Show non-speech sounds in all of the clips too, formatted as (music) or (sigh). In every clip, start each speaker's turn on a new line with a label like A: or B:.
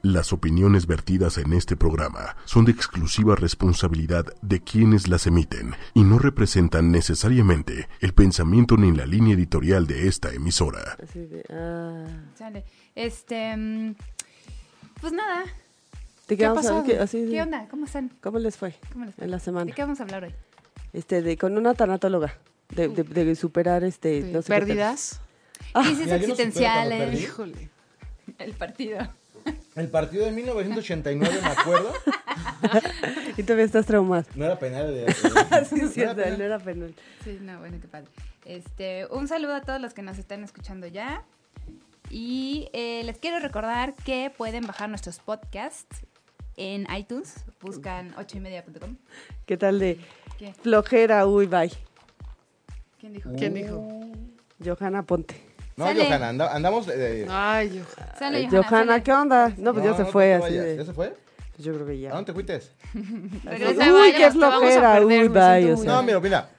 A: Las opiniones vertidas en este programa son de exclusiva responsabilidad de quienes las emiten y no representan necesariamente el pensamiento ni la línea editorial de esta
B: (laughs)
A: emisora.
C: Así de, ah.
D: Sale. Este. mm, Pues nada.
C: ¿De qué,
D: ¿Qué ha
C: vamos a-
D: pasado?
C: qué- así de-
D: ¿Qué onda? ¿Cómo están?
C: ¿Cómo les fue
D: ¿Cómo les fue?
C: en la
D: ¿De
C: semana?
D: qué vamos a hablar hoy?
C: Este, de, con una tanatóloga. De, de- de superar este,
E: Sí,
C: no sé qué
E: Pérdidas.
C: Ah,
D: Crisis
F: Mira, yo no supero cuando
D: existenciales.
F: perdí.
E: Híjole.
D: (laughs) El partido.
F: El partido de 1989, me acuerdo,
C: pedos. Y todavía estás
D: (laughs)
C: traumada.
F: no era penal. de-
C: Así es,
F: No era
C: (laughs) cierto,
F: penal.
C: no era penal.
D: Sí, no, bueno, qué padre. Este, un saludo a todos los que nos están escuchando ya. Y eh, les quiero recordar que pueden bajar nuestros podcasts en iTunes. Buscan 8ymedia.com.
C: ¿Qué tal de
D: ¿Qué?
C: flojera? Uy, bye.
D: ¿Quién dijo?
E: ¿Quién dijo?
D: Oh.
C: Johanna, ponte.
F: No,
D: Sale.
F: Johanna, anda- andamos. eh,
E: Ay, yo.
D: Sale,
C: Eh,
D: Johanna,
C: Johanna,
D: sale.
C: ¿qué onda? No, pues
F: no,
C: ya se
F: no
C: fue
F: te
C: así de-
F: vayas.
C: pues
F: ¿Ya se fue?
C: Yo creo que
F: ¿A
C: ya.
F: dónde te fuites?
D: Regresa,
C: Uy,
D: vaya,
C: qué
D: te vamos a
C: flojera, uy,
E: perder, me
C: bye.
E: siento
C: o
E: muy
C: sea.
F: No, mira, mira.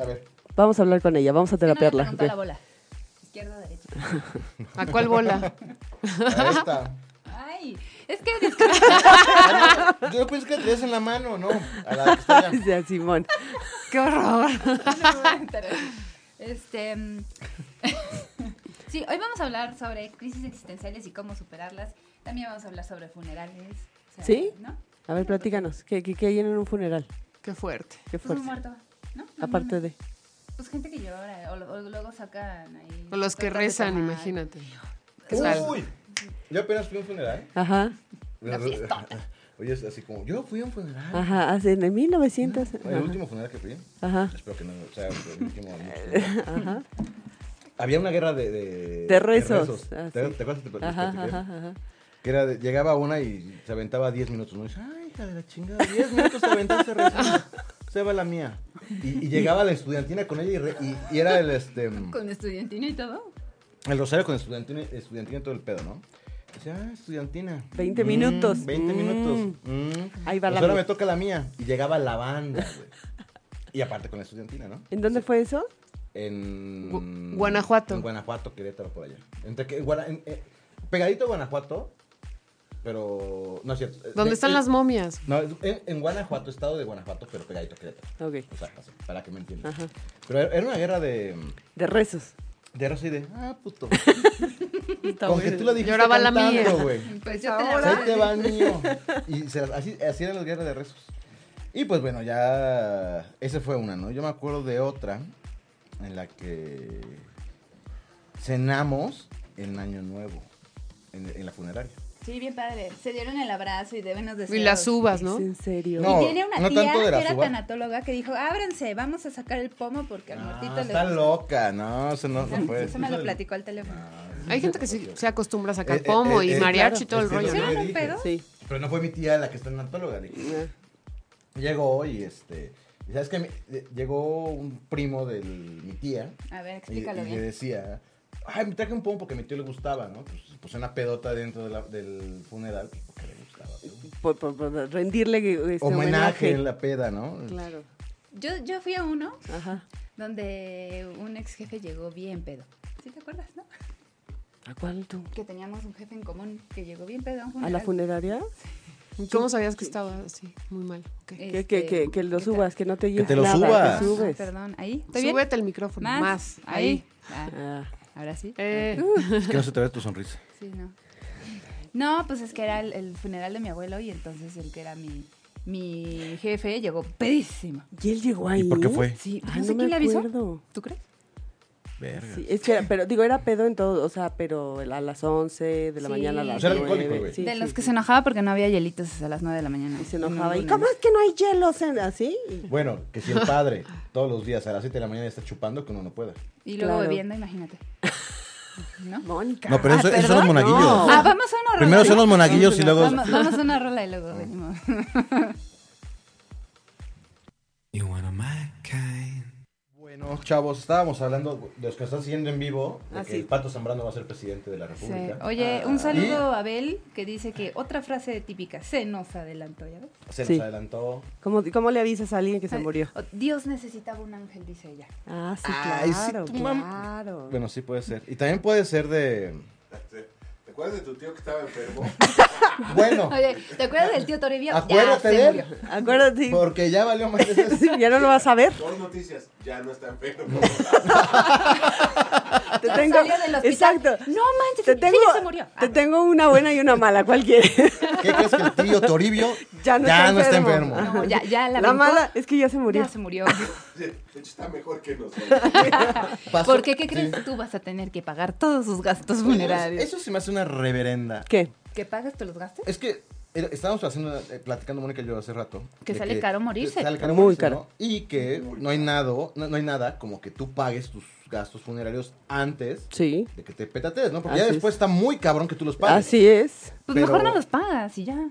F: A ver.
C: Vamos a hablar con ella, vamos a
D: ¿Quién no le
C: terapearla. (laughs)
D: preguntó a la bola? Izquierda, derecha.
E: ¿A
D: (laughs)
E: cuál bola?
F: a esta.
D: Ay, es que disculpa.
F: Ah, no, Yo pensé que tenías en la mano, ¿no? A la que
C: (laughs)
F: está allá.
C: Dice a Simón.
E: ¡Qué horror!
D: (laughs) este. mm, (laughs) sí, hoy vamos a hablar sobre crisis existenciales y cómo superarlas. También vamos a hablar sobre funerales. o sea,
C: ¿Sí?
D: ¿No?
C: A ver, platícanos. ¿Qué, qué, qué hay en un funeral?
E: ¡Qué fuerte!
C: Qué
D: Pues un
C: fuerte.
D: muerto. ¿no?
C: Aparte de.
D: Pues gente que llora, o, o luego sacan ahí.
E: Con los que
D: tortas de
E: rezan,
D: tamal.
E: imagínate. ¿Qué tal?
F: Uy. Yo apenas fui a un funeral.
C: Ajá,
D: Una fiestota.
F: (laughs) Oye, es así como, yo fui a un funeral.
C: ajá. Hace en el 1900.
F: El último funeral que fui.
C: Ajá.
F: Espero que no sea el último.
C: (laughs)
F: Había una guerra de... De,
C: De rezos. Ah,
F: ¿Te,
C: sí.
F: te acuerdas? que te- te
C: Ajá, ajá,
F: platiqué?
C: ajá, ajá.
F: Que era de- llegaba una y se aventaba 10 minutos. ¿no? Y dice, ay, hija de la chingada, 10 minutos se aventó ese rezo. Se va la mía. Y, y llegaba la estudiantina con ella y, re- y- y era el, este,
D: Con estudiantino y todo.
F: el rosario con estudiantina, estudiantina y todo el pedo, ¿no? Y Dice, ah, estudiantina.
C: 20 minutos.
F: 20
C: Mm.
F: minutos. mm.
C: Ahí va
F: Pues
C: la
F: ahora
C: mía.
F: me toca la mía. Y llegaba la banda, güey. Y aparte con la estudiantina, ¿no?
C: ¿En dónde fue eso?
F: En
E: Gu- Guanajuato.
F: En Guanajuato, Querétaro, por allá. Entre que- Guana- en- eh, pegadito a Guanajuato, pero. No es cierto. eh,
E: ¿Dónde
F: eh,
E: están
F: eh,
E: las momias?
F: No, es- en, en Guanajuato, estado de Guanajuato, pero pegadito a Querétaro.
C: Ok.
F: O sea, así, para que me entiendan.
C: Ajá.
F: Pero era era una guerra de.
C: De rezos.
F: De raza y de. Ah,
E: (laughs)
F: puto.
C: Está
F: Con que
C: bueno.
F: tú la dijiste.
E: Lloraba la
F: cantando,
E: mía.
F: güey.
D: Pues yo te la
F: Pues Ahí te va el mío. Y se las- así, así eran las guerras de rezos. Y pues bueno, ya. Esa fue una, ¿no? Yo me acuerdo de otra en la que cenamos en Año Nuevo, en, en la funeraria.
D: Sí, bien padre. Se dieron el abrazo y de buenos deseos.
E: Y las uvas,
C: ¿Es
E: ¿no?
C: en serio?
F: No,
D: y tiene una
F: no
D: tía
F: tanto de la
D: que era
F: suba.
D: tanatóloga que dijo, ábranse, vamos a sacar el pomo porque al muertito
F: Ah,
D: le
F: está
D: gusta".
F: loca, no, eso no, no fue.
D: Eso me lo platicó al teléfono.
E: Hay gente que sí se acostumbra a
F: Eh,
E: sacar
F: eh,
E: pomo
F: eh,
E: y
F: eh,
E: mariachi y
F: claro,
E: todo el
F: es
D: ¿Sí
E: rollo,
F: que lo que
E: ¿no?
F: le
D: un
F: dije.
D: pedo?
C: Sí.
F: Pero no fue mi tía la que está en antóloga.
C: Ah,
F: Llegó y este. y ¿Sabes qué? Mi- eh, Llegó un primo de mi tía.
D: A ver,
F: Y,
D: explícalo
F: y le
D: bien.
F: decía, ay, me traje un pomo porque a mi tío le gustaba, ¿no? Pues puse una pedota dentro de la- del funeral pues, porque le gustaba. ¿no?
C: Por, por- por rendirle este
F: Homenaje
C: homenaje.
F: en la peda, ¿no?
C: Claro.
D: Yo, yo fui a uno
C: Ajá.
D: donde un ex jefe llegó bien pedo. ¿Sí te acuerdas, no?
C: ¿A cuál tú?
D: Que teníamos un jefe en común que llegó bien pedo a un
C: ¿A
D: funeral.
C: la funeraria?
E: ¿Cómo sabías que estaba así? Muy mal. ok.
D: Eh,
C: Que, que, que, que lo
D: ¿qué tal?
C: subas, que no te lleves
F: te lo
C: nada, Que
F: subas.
D: Perdón,
C: subes.
D: ah, Perdón, ahí. ¿Estoy bien?
E: Súbete el micrófono.
D: Más.
E: Más.
D: Ahí. Uh. Ah,
C: Ah,
D: ahora sí.
E: Eh,
F: Es que no se te ve tu sonrisa.
D: Sí, no. No, pues es que era el, el funeral de mi abuelo y entonces el que era mi, mi jefe llegó pedísimo.
C: y él llegó ahí.
F: por qué fue?
D: Sí,
C: Ay,
D: Ah, no sé
C: no me
D: quién le avisó.
C: acuerdo.
D: ¿Tú crees?
F: Verga.
C: Sí, es que era- pero digo, era pedo en todo, o sea, pero a las 11 de la
D: Sí.
C: mañana a
D: O
C: las
F: sea, era alcohólico,
C: 9.
F: güey.
C: sí,
D: de
C: sí,
D: los que
C: sí.
D: se enojaba porque no había hielitos a las 9 de la mañana.
C: Y se enojaba.
D: En
C: ¿Y
D: un
C: cómo
D: lunes.
C: es que no hay hielos en- así? Y-
F: Bueno, que si el padre todos los días a las 7 de la mañana está chupando, que uno no pueda.
D: Y luego
C: Claro.
D: bebiendo,
C: (laughs)
D: imagínate. ¿No?
C: Mónica.
F: No, pero eso, esos son los monaguillos.
C: No.
D: Ah, vamos a una rola.
F: Primero son los monaguillos y
D: ¿no?
F: luego.
D: Vamos, vamos a una rola y luego
F: (laughs)
D: venimos.
G: You one of my kind.
F: Bueno, chavos, estábamos hablando de los que están siguiendo en vivo, de
C: Ah,
F: que
C: sí.
F: el Pato Zambrano va a ser presidente de la
D: Sí.
F: República.
D: Oye,
F: Ah.
D: un saludo a Abel que dice que otra frase típica, se nos adelantó, ¿ya ves?
F: Se
C: Sí.
F: nos adelantó.
C: ¿Cómo, ¿Cómo le avisas a alguien que se
D: Ay,
C: murió?
D: o- Oh, Dios necesitaba un ángel, dice ella.
C: Ah, sí,
F: Ay, sí,
C: claro,
F: tu mam-
C: claro.
F: Bueno,
D: (laughs)
F: sí puede ser. Y también puede ser de.
B: ¿Te acuerdas de tu tío que estaba enfermo?
F: Bueno,
D: Oye, (laughs) ¿te acuerdas del tío Toribio? ya,
F: acuérdate de
D: se
F: él.
D: murió.
C: Acuérdate. (laughs)
F: Porque ya valió más veces.
D: (laughs)
C: Ya no lo vas a ver.
B: Dos noticias, ya no está enfermo. (laughs)
C: Te
D: Ya
C: tengo.
D: salió del hospital.
C: Exacto.
D: No manches,
C: Te
D: sí,
C: tengo,
D: se murió. Ah,
C: te
D: no.
C: tengo una buena y una mala, cualquiera.
F: (laughs) ¿Qué crees que el tío Toribio
C: Ya no está enfermo.
F: enfermo?
D: No, ya, ya la
C: La
D: brincó.
C: mala es que ya se murió.
D: Ya se murió.
B: De hecho, está mejor que nosotros.
F: (laughs) Pasó-
D: ¿Por qué? ¿Qué
F: sí.
D: crees? que Tú vas a tener que pagar todos sus gastos
F: Eso,
D: funerarios.
F: se me hace una reverenda.
C: ¿Qué?
D: ¿Que pagas tú los gastos?
F: Es que eh, estábamos haciendo, eh, platicando Mónica y yo hace rato.
D: Que
F: de
D: sale caro morirse.
F: que Sale caro
C: Muy
F: morirse,
C: caro.
F: ¿no? Y que no hay, nada, no, no hay nada como que tú pagues tus gastos funerarios antes
C: Sí.
F: de que te petatees, ¿no? Porque ya
C: Así
F: después
C: es.
F: está muy cabrón que tú los pagues.
C: Así es.
D: Pues
F: pero-
D: mejor no los pagas y ya.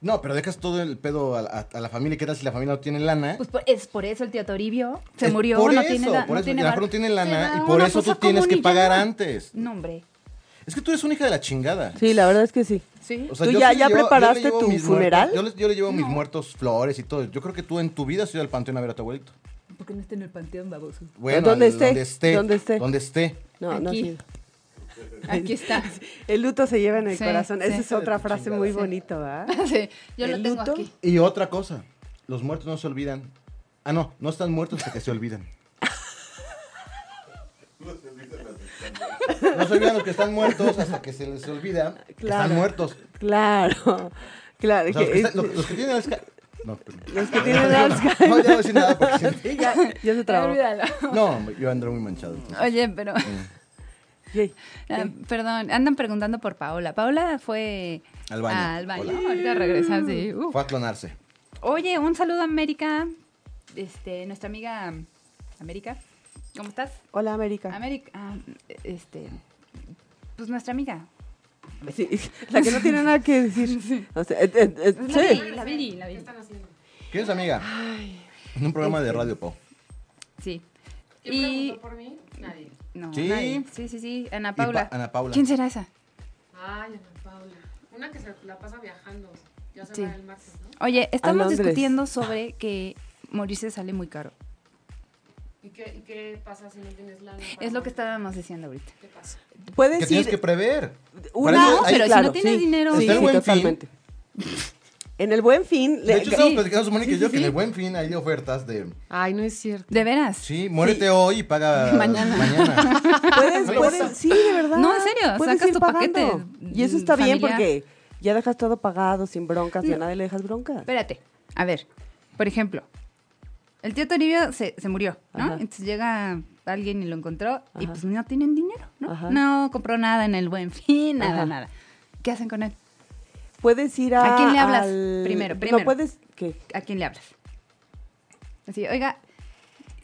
F: No, pero dejas todo el pedo a, a- a la familia. ¿Qué tal si la familia no tiene lana?
D: Pues por- es por eso el tío Toribio se
F: Es
D: murió.
F: por
D: no
F: eso,
D: tiene, la-
F: por
D: no
F: eso,
D: tiene
F: y a lo
D: bar-
F: mejor no tiene lana
D: Se pues
F: y
D: da
F: por
D: una
F: eso tú
D: cosa
F: tienes
D: común
F: que
D: y ya.
F: pagar antes.
D: No, hombre.
F: Es que tú eres una hija de la chingada.
C: Sí, la verdad es que sí.
D: Sí.
C: ¿Tú ya-
F: le
C: ya
F: le
C: preparaste
F: llevo
C: tu
F: mis
C: funeral?
F: muertos- yo, les- yo le llevo a mis muertos flores y todo. Yo creo que tú en tu vida has ido al panteón a ver a tu abuelito.
D: Porque no está en el panteón, baboso.
F: Bueno,
C: ¿Dónde
F: al-
C: esté?
F: Donde esté.
C: ¿Dónde esté?
F: Donde esté.
C: No, no
D: Aquí.
C: sí.
D: Aquí está.
C: El luto se lleva en el
D: Sí,
C: corazón. Esa
D: sí.
C: es otra frase muy bonita, ¿verdad?
D: (laughs) Sí, (laughs) yo lo
C: ¿El
D: tengo
C: luto?
D: aquí.
F: Y otra cosa, los muertos no se olvidan. Ah, no, no están muertos hasta que se olvidan. No se olvidan los que están muertos hasta que se les olvida. que
C: Claro.
F: Están muertos.
C: Claro. (laughs) Claro.
F: O sea, los,
C: que-
F: que están- los- los que tienen Alzheimer. No, perdón.
C: Los que tienen
F: No,
C: Alzheimer.
F: No, ya no voy a decir nada porque sí.
C: Sí, ya, ya se trabó.
D: Olvídalo.
F: No, yo ando muy manchado. entonces.
D: Oye, pero.
F: Ah,
C: Yay.
D: (laughs) Ah, perdón, andan preguntando por Paola. Paola fue
F: Al baño.
D: Al baño.
F: Hola.
D: Ahorita regresa, sí. Uf.
F: Fue a clonarse.
D: Oye, un saludo a América. Este, nuestra amiga América. ¿Cómo estás?
C: Hola, América.
D: América. ah, este. Pues nuestra amiga.
C: Sí, (laughs) la que no tiene nada que
D: (laughs)
C: decir. O sea, eh, eh, eh,
D: La
C: sí.
D: Viri, la Viri, la Viri.
F: ¿Quién es amiga? En un programa de radio, Pau.
D: Sí.
E: ¿Quién
D: y
E: preguntó por mí? Nadie.
D: no,
F: Sí.
D: nadie. sí, sí, sí, Ana
F: Y pa-
D: Paula.
F: Ana Paula.
D: ¿Quién será esa?
E: Ay, Ana Paula. Una que se la pasa viajando. Ya se
D: Sí.
E: va el martes, ¿no?
D: Oye, estamos
C: Londres.
D: discutiendo sobre que morirse sale muy caro.
E: ¿Y qué, y qué pasa si no tienes lana?
D: Es lo que estábamos diciendo ahorita.
E: ¿Qué pasa?
F: Que
C: Puedes
F: tienes que
C: ir
F: prever.
C: una,
F: Para eso hay-
D: pero si no tienes dinero-
F: Está el Buen Fin.
C: totalmente. En el buen fin,
F: De
C: le-
F: hecho, estamos
D: sí.
F: platicando su Mónica y
D: Sí,
F: yo
D: sí,
F: que en
D: sí.
F: el buen fin hay ofertas de.
E: Ay, no es cierto.
D: ¿De veras?
F: Sí, muérete hoy y paga
D: Mañana.
F: mañana.
C: puedes, puedes, sí, de verdad.
D: No, en serio,
C: puedes
D: sacas
C: ir
D: tu paquete,
C: Y eso está bien
D: familiar.
C: porque ya dejas todo pagado, sin broncas, y a nadie le dejas broncas.
D: Espérate, a ver, por ejemplo, el tío Toribio se, se murió, ¿no?
C: Ajá.
D: Entonces llega alguien y lo encontró y
C: Ajá.
D: pues no tienen dinero, ¿no?
C: Ajá.
D: No compró nada en el buen fin, nada,
C: Ajá.
D: nada. ¿Qué hacen con él?
C: Puedes ir a.
D: ¿A quién le hablas?
C: al-
D: Primero,
C: No
D: primero.
C: puedes. ¿Qué?
D: ¿A quién le hablas? Así, oiga,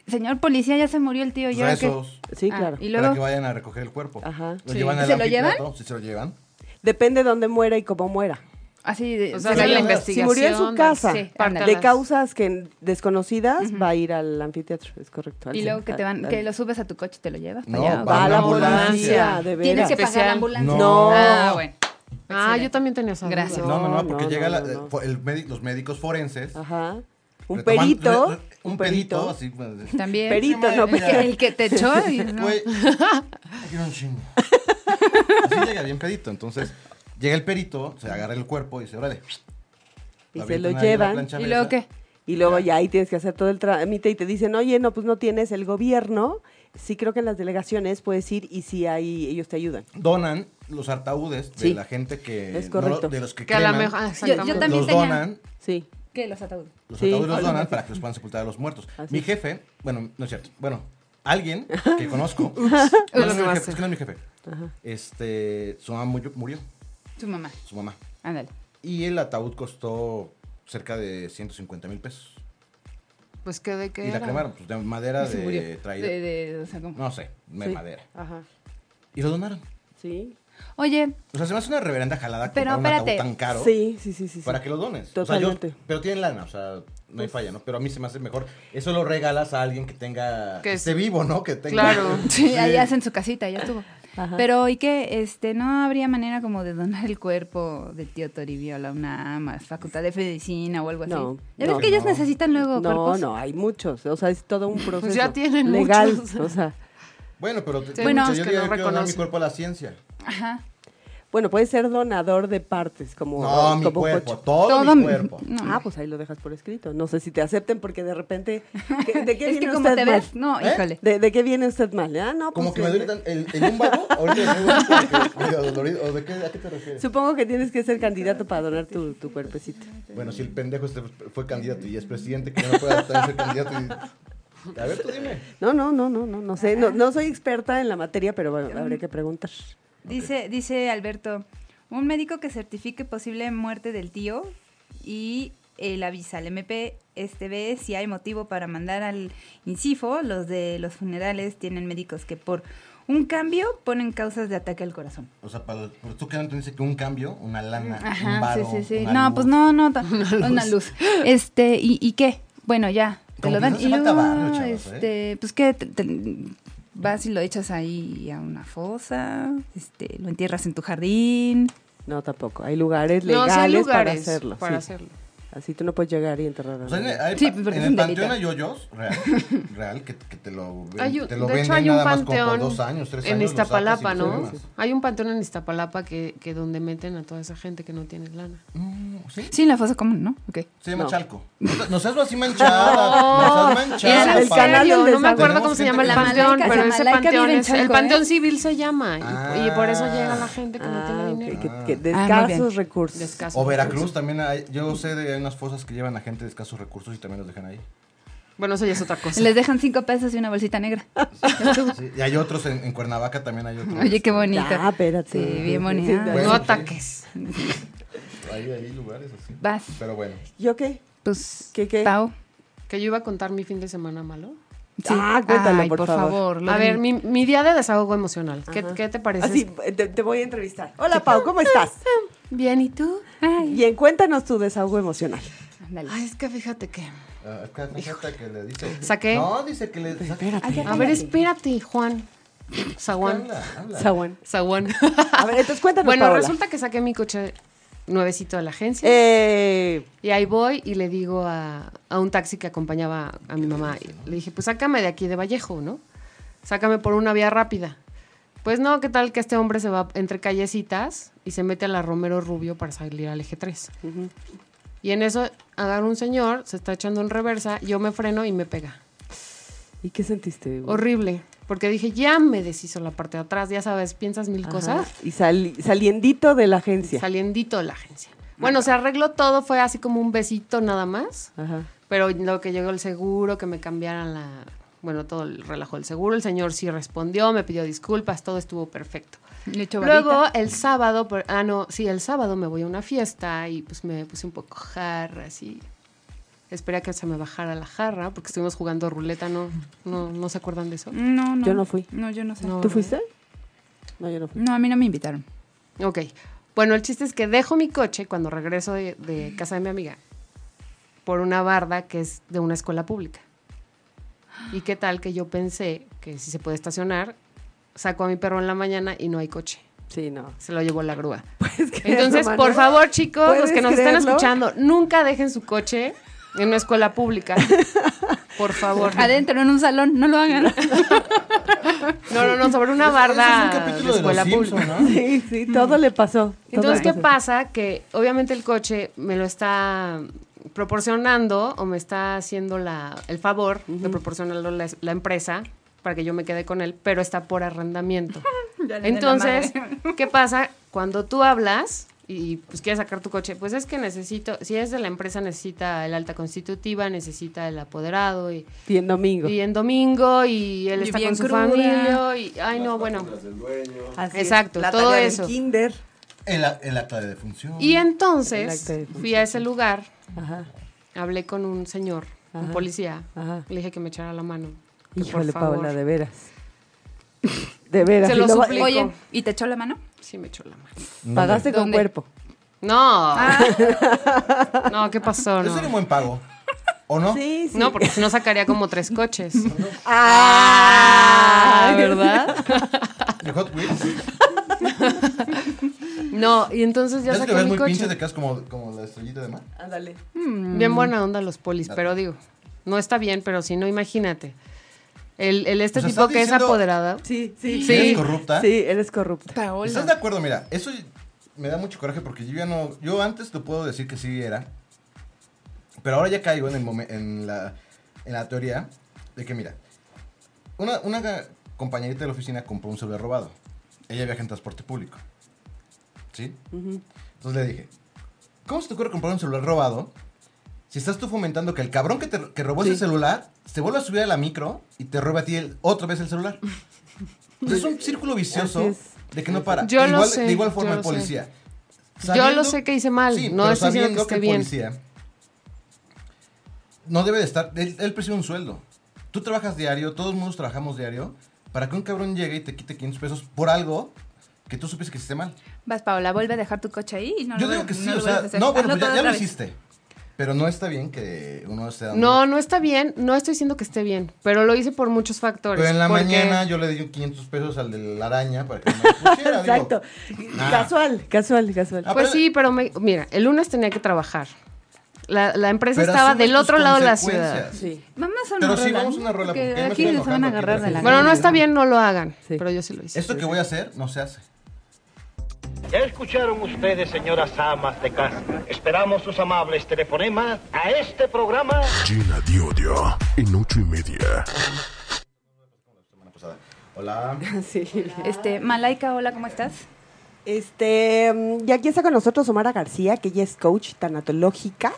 D: señor policía, ya se murió el tío, yo
F: Rezos.
C: Sí,
D: Ah,
C: claro.
D: y
F: Para que
D: luego,
F: vayan a recoger el cuerpo.
C: Ajá.
F: ¿Lo
E: Sí.
F: llevan al
D: ¿Se lo
F: anfiteatro?
D: llevan?
F: Sí, se lo llevan.
C: Depende de dónde muera y cómo muera.
D: así, de-
E: O sea,
D: se
F: hacer
D: lo-
F: la
C: Si
E: investigación,
C: murió en su casa
D: sí, ándale.
C: de causas que desconocidas, va a ir al anfiteatro, es correcto. al-
D: y luego que te van,
C: al-
D: que lo subes a tu coche y te lo llevas para
F: No,
D: allá.
C: Va a la
F: Una
C: ambulancia,
F: ambulancia.
C: de
D: Tienes
C: veras.
D: que pagar la
E: Especial.
D: ambulancia.
C: No.
D: Ah, bueno.
E: Ah, yo
D: Excelente.
E: también tenía esa duda.
D: Gracias.
F: No, no, no, porque
C: no,
F: llega
C: no,
F: la-
C: no.
F: eh, el médi- los médicos forenses.
C: Ajá. Un
F: retoman-
C: perito.
F: re- re- Un perito, así. pues,
D: También.
C: Perito,
F: no,
D: el, que, el que te echó. y- no.
F: Güey, quiero un chingo. Así llega bien pedito. Entonces, llega el perito, se agarra el cuerpo y dice, órale.
C: Y se
F: avientan
C: lo
F: ahí la
C: llevan.
F: plancha
D: ¿Y luego
F: besa.
D: qué?
C: Y luego ya ahí tienes que hacer todo el trámite y te dicen, oye, no, pues no tienes el gobierno. Sí creo que en las delegaciones puedes ir y si hay, ellos te ayudan.
F: Donan los ataúdes de
C: Sí.
F: la gente que.
C: Es correcto.
F: no lo- de los que,
E: Que a la
F: creman,
E: mejor. ah, exactamente.
D: Yo también
F: los
D: tenía-
F: donan.
C: Sí.
D: ¿Qué? Los ataúdes.
F: Los
C: Sí.
F: ataúdes los donan para que los puedan sepultar a los muertos.
C: Así
F: Mi
C: es.
F: jefe, bueno, no es cierto. Bueno, alguien que conozco.
C: (laughs)
F: no, no, es mi jefe, es que no es mi jefe. Este, su mamá murió, murió,
D: Tu mamá.
F: su mamá.
D: Ándale.
F: Y el ataúd costó cerca de 150 mil pesos.
E: Pues que de qué
F: Y la
E: era?
F: cremaron, pues de madera
D: Y se
F: de
D: murió.
F: traída.
D: De- de- o sea, como-
F: No sé, de
C: Sí.
F: madera.
C: Ajá.
F: Y lo donaron.
C: Sí.
D: Oye,
F: O sea, se me hace una reverenda jalada
D: Pero
F: comprar un ataúd
D: espérate.
F: tan caro
C: Sí, sí, sí, sí. sí.
F: para que lo dones. O sea,
C: Totalmente. Pues
F: yo, pero tienen lana, o sea, no hay falla, ¿no? Pero a mí se me hace mejor. Eso lo regalas a alguien que tenga.
E: Que
F: Que esté
E: es-
F: vivo, ¿no? Que tenga. (laughs)
E: Claro.
D: sí, ahí hacen su casita, ya estuvo.
C: Ajá.
D: Pero, ¿y qué? Este, ¿no habría manera como de donar el cuerpo del tío Toribio a la UNAM, a Facultad de Medicina o algo así?
C: No,
D: ¿Ya
C: no.
D: ves que ellos necesitan luego
C: No,
D: cuerpos? Pues
C: no, hay muchos. O sea, es todo
D: (laughs)
C: un proceso.
E: ya tienen
C: legal.
E: muchos.
C: O sea,
F: Bueno, pero.
E: Sí, hay
F: bueno,
E: muchos
F: yo
E: que
F: diría
E: no
F: que quiero donar mi
E: reconocen.
F: cuerpo a la ciencia.
D: Ajá.
C: Bueno, puedes ser donador de partes, como,
F: No, mi
C: como un
F: cuerpo,
C: coche.
F: todo,
D: Todo
F: mi
D: mi-
F: cuerpo.
D: No.
C: Ah, pues ahí lo dejas por escrito. No sé si te acepten porque de repente... ¿qué- ¿De
E: (laughs)
C: qué
D: es que
C: viene
D: como
C: usted pues?
D: te
C: mal?
D: ves, no,
F: ¿Eh?
D: híjole.
C: ¿De, de qué viene usted mal? Ah, no,
F: Como que me
C: pues,
F: duele
C: eh,
F: tan- el, el húngaro, ahorita me duele porque- medio dolorido, ¿o de qué, ¿A qué te refieres?
C: Supongo que tienes que ser candidato para donar tu, tu cuerpecito.
F: Bueno, si el pendejo este fue candidato y es presidente, que no pueda estar ser candidato. y- A ver, tú dime.
C: No, no, no, no, no, no sé. No, no soy experta en la materia, pero bueno, habría que preguntar.
D: Dice, dice Alberto, un médico que certifique posible muerte del tío y eh, él avisa al MP este ve si hay motivo para mandar al INCIFO. Los de los funerales tienen médicos que por un cambio ponen causas de ataque al corazón.
F: O sea, para, pero tú que no dices que un cambio, una lana, un
D: Ajá, sí,
F: varo,
D: sí, sí.
F: una
D: No,
F: luz.
D: pues no, no,
F: (laughs)
D: ta- una luz. Este, ¿y, y qué? Bueno, ya, te
F: Como
D: lo
F: que
D: dan.
F: no hace
D: y
F: falta
D: luego,
F: barrio, chavos, ¿eh?
D: este, pues qué, Te- te- vas y lo echas ahí a una fosa, este, lo entierras en tu jardín.
C: No, tampoco. Hay lugares
E: No,
C: legales
E: sí hay lugares
C: para hacerlo.
E: para
C: sí.
E: hacerlo.
C: Así tú no puedes llegar y enterrar a
F: O sea, en el,
C: nadie.
F: Pues hay
D: Sí,
F: pa-
D: porque
F: en
D: es
F: el
D: un
F: panteón
D: delito.
F: hay hoyos, real, real que, que te lo, ven-
E: Hay un-
F: te lo
E: de
F: venden
E: hecho, hay un
F: nada más como por
E: panteón
F: dos años, tres
E: en
F: años. lo sacas y
E: Iztapalapa,
F: lo
E: ¿no?
F: quemas.
E: Hay un panteón en Iztapalapa que, que donde meten a toda esa gente que no tiene lana.
F: Mm, ¿Sí?
D: Sí, en la fosa común, ¿no? Ok.
F: Se llama
C: No.
F: Chalco. No seas así
E: (laughs)
F: manchada, no seas
C: Era
F: manchada.
C: el
F: padre.
C: canal del
E: no me acuerdo
F: Tenemos
E: cómo se
F: gente
E: llama el
F: que-
E: panteón,
D: Malaica-
E: pero
D: la
E: ese
D: Malaica
E: panteón
D: vive en
E: es, el
D: Chalco,
E: panteón
D: ¿eh?
E: civil se llama y- y, por eso
F: Ah.
E: llega la gente que no
C: Ah,
E: tiene
C: ok,
E: dinero.
C: que- que de
D: Ah, muy bien.
C: escasos recursos.
E: De escasos
F: O Veracruz
E: recursos.
F: también hay, yo sé de hay unas fosas que llevan a gente de escasos recursos y también los
E: (laughs)
F: dejan ahí.
E: Bueno, eso ya es otra cosa.
D: Les dejan cinco pesos y una
C: (laughs)
D: bolsita negra.
F: Sí, Y hay otros en, en Cuernavaca también hay otros. Este,
D: Oye, qué bonito.
C: Ah, espérate.
D: Sí, bien bonito.
C: Sí,
E: No
F: Bueno.
E: ataques.
F: Hay, hay lugares así.
D: Vas,
F: Pero bueno.
C: ¿Yo qué?
D: pues,
C: ¿Qué, qué?
D: Pau.
E: Que yo iba a contar mi fin de semana malo.
D: Sí.
C: Ah, cuéntalo,
D: Ay,
C: por favor.
D: favor. lo
E: A
D: de
E: ver,
D: mi-
E: mi, mi día de desahogo emocional. ¿Qué,
C: Ajá.
E: qué te parece?
C: Así, eh, te, te voy a entrevistar. Hola, Pau, ¿cómo
E: (laughs)
C: estás?
E: Bien, ¿y tú?
D: Ay,
C: Bien, cuéntanos tu desahogo emocional.
D: ándale.
E: Ay, es que fíjate que.
F: ah, es que fíjate que le dice.
E: ¿Saqué?
F: No, dice que le.
C: Espérate.
E: A ver, espérate, Juan. Zaguán.
F: Habla, habla.
C: Saúl.
E: Zaguán.
C: A ver, entonces cuéntanos,
E: Bueno,
C: Paola.
E: resulta que saqué mi coche nuevecito de la agencia.
C: Eh,
E: Y ahí voy y le digo a, a un taxi que acompañaba a mi mamá. y le dije, pues sácame de aquí de Vallejo, ¿no? Sácame por una vía rápida. Pues no, ¿qué tal que este hombre se va entre callecitas y se mete a la Romero Rubio para salir al eje 3? Y en eso agarra un señor, se está echando en reversa, yo me freno y me pega.
C: ¿Y qué sentiste? güey?
E: Horrible. Porque dije, ya me deshizo la parte de atrás, ya sabes, piensas mil
C: Ajá.
E: cosas.
C: Y sali- saliendito de la agencia.
E: Saliendito de la agencia. Bueno, se arregló todo, fue así como un besito nada más.
C: Ajá.
E: Pero lo que llegó el seguro, que me cambiaran la. Bueno, todo el relajo del seguro. El señor sí respondió, me pidió disculpas, todo estuvo perfecto.
D: Le echo
E: Luego
D: babita.
E: el sábado, por- ah, no, sí, el sábado me voy a una fiesta y pues me puse un poco jarra, así. Esperé a que se me bajara la jarra, porque estuvimos jugando ruleta, ¿no? ¿No, no se acuerdan de eso?
D: No, no.
C: Yo no fui.
D: No, yo no sé.
E: No.
C: ¿Tú fuiste? No, yo no fui.
D: No, a mí no me invitaron.
E: Ok. Bueno, el chiste es que dejo mi coche cuando regreso de, de casa de mi amiga por una barda que es de una escuela pública. ¿Y qué tal que yo pensé que si se puede estacionar, saco a mi perro en la mañana y no hay coche?
C: Sí, no. (laughs) Pues
E: Se lo llevó la grúa.
C: Puedes creerlo,
E: Entonces,
C: Manuel.
E: por favor, chicos, los
C: ¿Puedes
E: que nos
C: creerlo?
E: están escuchando, nunca dejen su coche en una
C: (laughs)
E: escuela pública. Por favor.
D: Adentro, en un salón, no lo
F: (laughs)
D: hagan.
E: No, no, no, sobre una barda
F: Ese es un capítulo
E: de
F: de, los
E: escuela pública.
F: Simpson, ¿no?
C: Sí, sí, todo le pasó. todo
E: Mm. Entonces,
C: le
E: ¿qué pasa? Que obviamente el coche me lo está proporcionando o me está haciendo la, el favor de proporcionarlo la, la empresa para que yo me quede con él, pero está por arrendamiento.
D: (laughs) Ya le di la
E: Entonces,
D: madre. (laughs)
E: ¿qué pasa? Cuando tú hablas y pues quieres sacar tu coche, pues es que necesito, si es de la empresa necesita el alta constitutiva, necesita el apoderado y,
C: Y en domingo.
E: y en domingo y él
D: Y
E: está
D: bien
E: con su
D: cruda.
E: familia y, ay no, bueno.
B: Las del dueño.
C: Así
E: exacto,
C: la
E: todo
C: tarea del
E: eso.
C: kinder.
F: El, a- el acta de defunción.
E: Y
C: El acta de
E: entonces
C: defunción,
E: fui a ese lugar
C: Ajá.
E: hablé con un señor,
C: Ajá.
E: un policía.
C: Ajá.
E: Le dije que me echara la mano. que Pues, por
C: Híjole,
E: favor.
C: Paola, de veras. De veras.
E: Se
C: Y
E: lo
C: va-
E: suplico.
C: Oye,
D: Oye, ¿y te echó la mano?
E: Sí, me echó la mano.
C: pagaste con
D: ¿Dónde?
C: cuerpo.
E: No.
F: Ah.
D: (laughs)
E: No, ¿qué pasó?
F: Eso
E: No.
F: era un buen pago. ¿O no?
C: Sí, sí.
E: No, porque si no sacaría como tres coches.
C: Ah,
E: Ah, ¿verdad?
F: De Hot Wheels.
E: No, y entonces ya
F: Ya que
E: saqué
F: ves
E: mi
F: muy pinche
E: coche.
F: de
E: Mm.
F: que es como, como la estrellita de mar.
C: Ándale.
E: Bien buena onda los polis, pero digo, no está bien, pero si no, imagínate. El, el este
F: O sea,
E: tipo
F: Pues, estás
E: que es
F: diciendo-
E: apoderado.
C: Sí, sí.
E: Sí.
F: ¿Eres corrupta?
C: Sí, eres corrupta.
F: ¿Estás de acuerdo? Mira, eso me da mucho coraje porque yo ya no. Yo antes te puedo decir que sí era. Pero ahora ya caigo en, el momen- en, la, en la teoría de que, mira, una, una ga- compañerita de la oficina compró un celular robado. Ella viaja en transporte público. ¿Sí? Entonces le dije, ¿cómo se te ocurre comprar un celular robado si estás tú fomentando que el cabrón que, te, que robó ese celular se vuelva a subir a la micro y te roba a ti el- otra vez el celular? Entonces es un círculo vicioso
C: Así es.
F: de que no para.
E: Yo
F: de,
E: lo
F: igual,
E: sé,
F: de igual
E: yo
F: forma el
E: lo sé.
F: policía.
E: Yo lo sé que hice mal, no
F: pero
E: estoy diciendo
F: sabiendo
E: que esté
F: el
E: bien.
F: policía no debe de estar, él, él percibe un sueldo. Tú trabajas diario, todos mundo trabajamos diario, para que un cabrón llegue y te quite 500 pesos por algo que tú supiste que hiciste mal.
D: Vas, Paola, vuelve a dejar tu coche ahí y no
F: Yo
D: lo
F: digo
D: vuel-
F: que sí,
D: no lo
F: o sea,
D: vuelves a hacer.
F: no, bueno,
D: Hazlo
F: pues ya,
D: todo
F: ya lo
D: otra vez.
F: hiciste. Pero no está bien que uno se da
E: No, no está bien, no estoy diciendo que esté bien, pero lo hice por muchos factores.
F: Pero en la
E: porque-
F: mañana yo le di 500 pesos al de la araña para que me lo pusiera, digo.
C: Exacto.
F: nah.
C: Casual, casual, casual.
F: Ah,
E: Pues
F: pero-
E: sí, pero me- mira, el lunes tenía que trabajar. La, la empresa
F: Pero
E: estaba
F: asume
E: del
F: tus
E: otro lado de la ciudad.
F: consecuencias.
C: Sí.
D: Mamá, son
F: Pero
D: una
F: sí,
D: rola,
F: vamos a una rola,
D: porque
F: porque ya me
D: aquí se
F: estoy
D: van
F: enojando
D: a
F: aquí,
D: agarrar de
F: pero
D: la
F: sí.
E: Bueno, no está bien, no lo hagan,
C: Sí.
E: pero yo sí lo hice.
F: Esto que voy a hacer no se hace.
H: Ya escucharon ustedes, señoras amas de casa. Esperamos sus amables telefonemas a este programa.
A: Gina Diodio, en ocho y media.
D: (laughs)
F: Hola.
C: Sí.
F: Ah.
D: Este, Malaika, hola, ¿cómo estás?
C: Este, mm, y aquí está con nosotros Omara García, que ella es coach tanatológica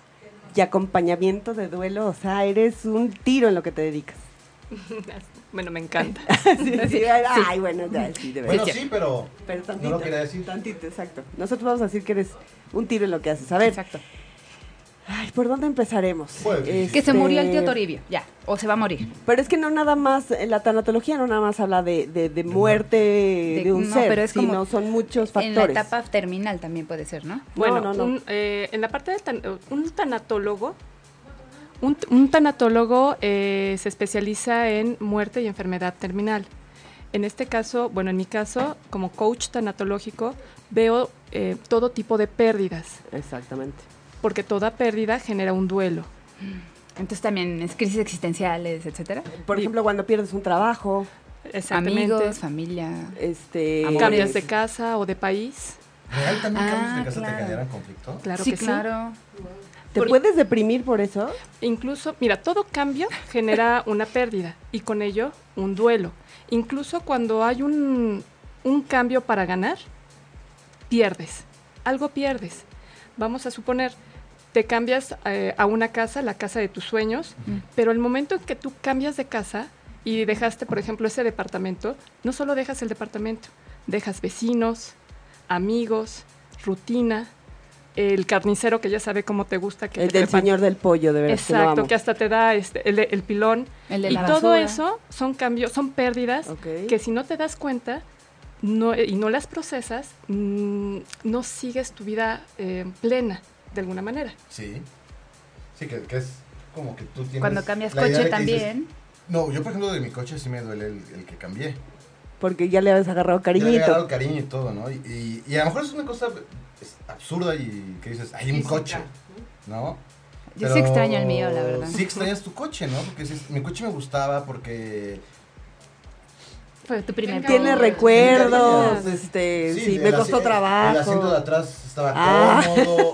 C: y acompañamiento de duelo. O sea, eres un tiro en lo que te dedicas.
I: Bueno, me encanta.
C: (laughs) Sí, sí, Ay, bueno, ya, sí, de verdad.
F: Bueno, sí, pero
C: Pero
F: no
C: tantito,
F: lo quería decir.
C: tantito, exacto. Nosotros vamos a decir que eres un tiro en lo que haces. A ver,
I: Exacto.
C: ay, ¿por dónde empezaremos?
F: Pues,
D: Que se murió el tío
C: Este,
D: Toribio, ya, o se va a morir.
C: Pero es que no nada más, eh, la tanatología no nada más habla de, de- de muerte de,
D: De-
C: un
D: no,
C: ser,
D: pero es como
C: sino son muchos
D: En la
C: factores.
D: etapa terminal también puede ser, ¿no?
I: Bueno,
C: no, no.
I: un, eh, en la parte de tan- un tanatólogo, un, t- un tanatólogo eh, se especializa en muerte y enfermedad terminal. En este caso, bueno, en mi caso, como coach tanatológico, veo eh, todo tipo de pérdidas,
C: Exactamente.
I: porque toda pérdida genera un duelo.
D: Entonces también es crisis existenciales, etcétera.
C: Por
I: Y-
C: ejemplo, cuando pierdes un trabajo,
I: Exactamente.
D: Amigos, familia.
C: este...
D: Amores.
I: Cambias de casa o de país.
F: ¿Real también
D: Ah,
F: cambios de casa
D: claro.
F: te generan conflicto?
I: Claro
D: sí,
I: que sí.
D: claro.
C: ¿Te
I: Por-
C: puedes deprimir por eso?
I: Incluso, mira, todo cambio
C: (laughs)
I: genera una pérdida y con ello un duelo. Incluso cuando hay un, un cambio para ganar, pierdes. Algo pierdes. Vamos a suponer, te cambias eh, a una casa, la casa de tus sueños,
D: Ujú.
I: pero el momento en que tú cambias de casa y dejaste, por ejemplo, ese departamento, no solo dejas el departamento, dejas vecinos, amigos, rutina, el carnicero que ya sabe cómo te gusta que
C: El
I: te
C: Eh, del
I: prepare-
C: señor del pollo, de verdad.
I: Exacto,
C: que lo amo.
I: que hasta te da este, el, el pilón.
D: El de
I: y
D: la
I: todo
D: basura.
I: eso son cambios, son pérdidas
C: Ok.
I: que si no te das cuenta no, y no las procesas, mm, no sigues tu vida eh, plena de alguna manera.
F: Sí. Sí, que, que es como que tú tienes.
D: Cuando cambias
F: la idea de
D: coche
F: que
D: también.
F: dices, no, yo por ejemplo de mi coche sí me duele el, el que cambié.
C: Porque ya le habías agarrado
F: Ya le he
C: cariñito.
F: agarrado el cariño y todo, ¿no? Y, y- y a lo mejor es una cosa es absurda y que dices, hay un coche, ¿no?
D: Yo
F: Pero
D: sí extraño el mío, la verdad.
F: Sí extrañas tu coche, ¿no? Porque dices, mi coche me gustaba porque...
D: Fue tu primer
C: Tiene
D: amor.
C: recuerdos,
F: Sí,
C: este, sí,
F: el
C: me
F: asi-
C: costó
F: El asiento de
C: trabajo.
F: atrás estaba
C: Ah.
F: cómodo.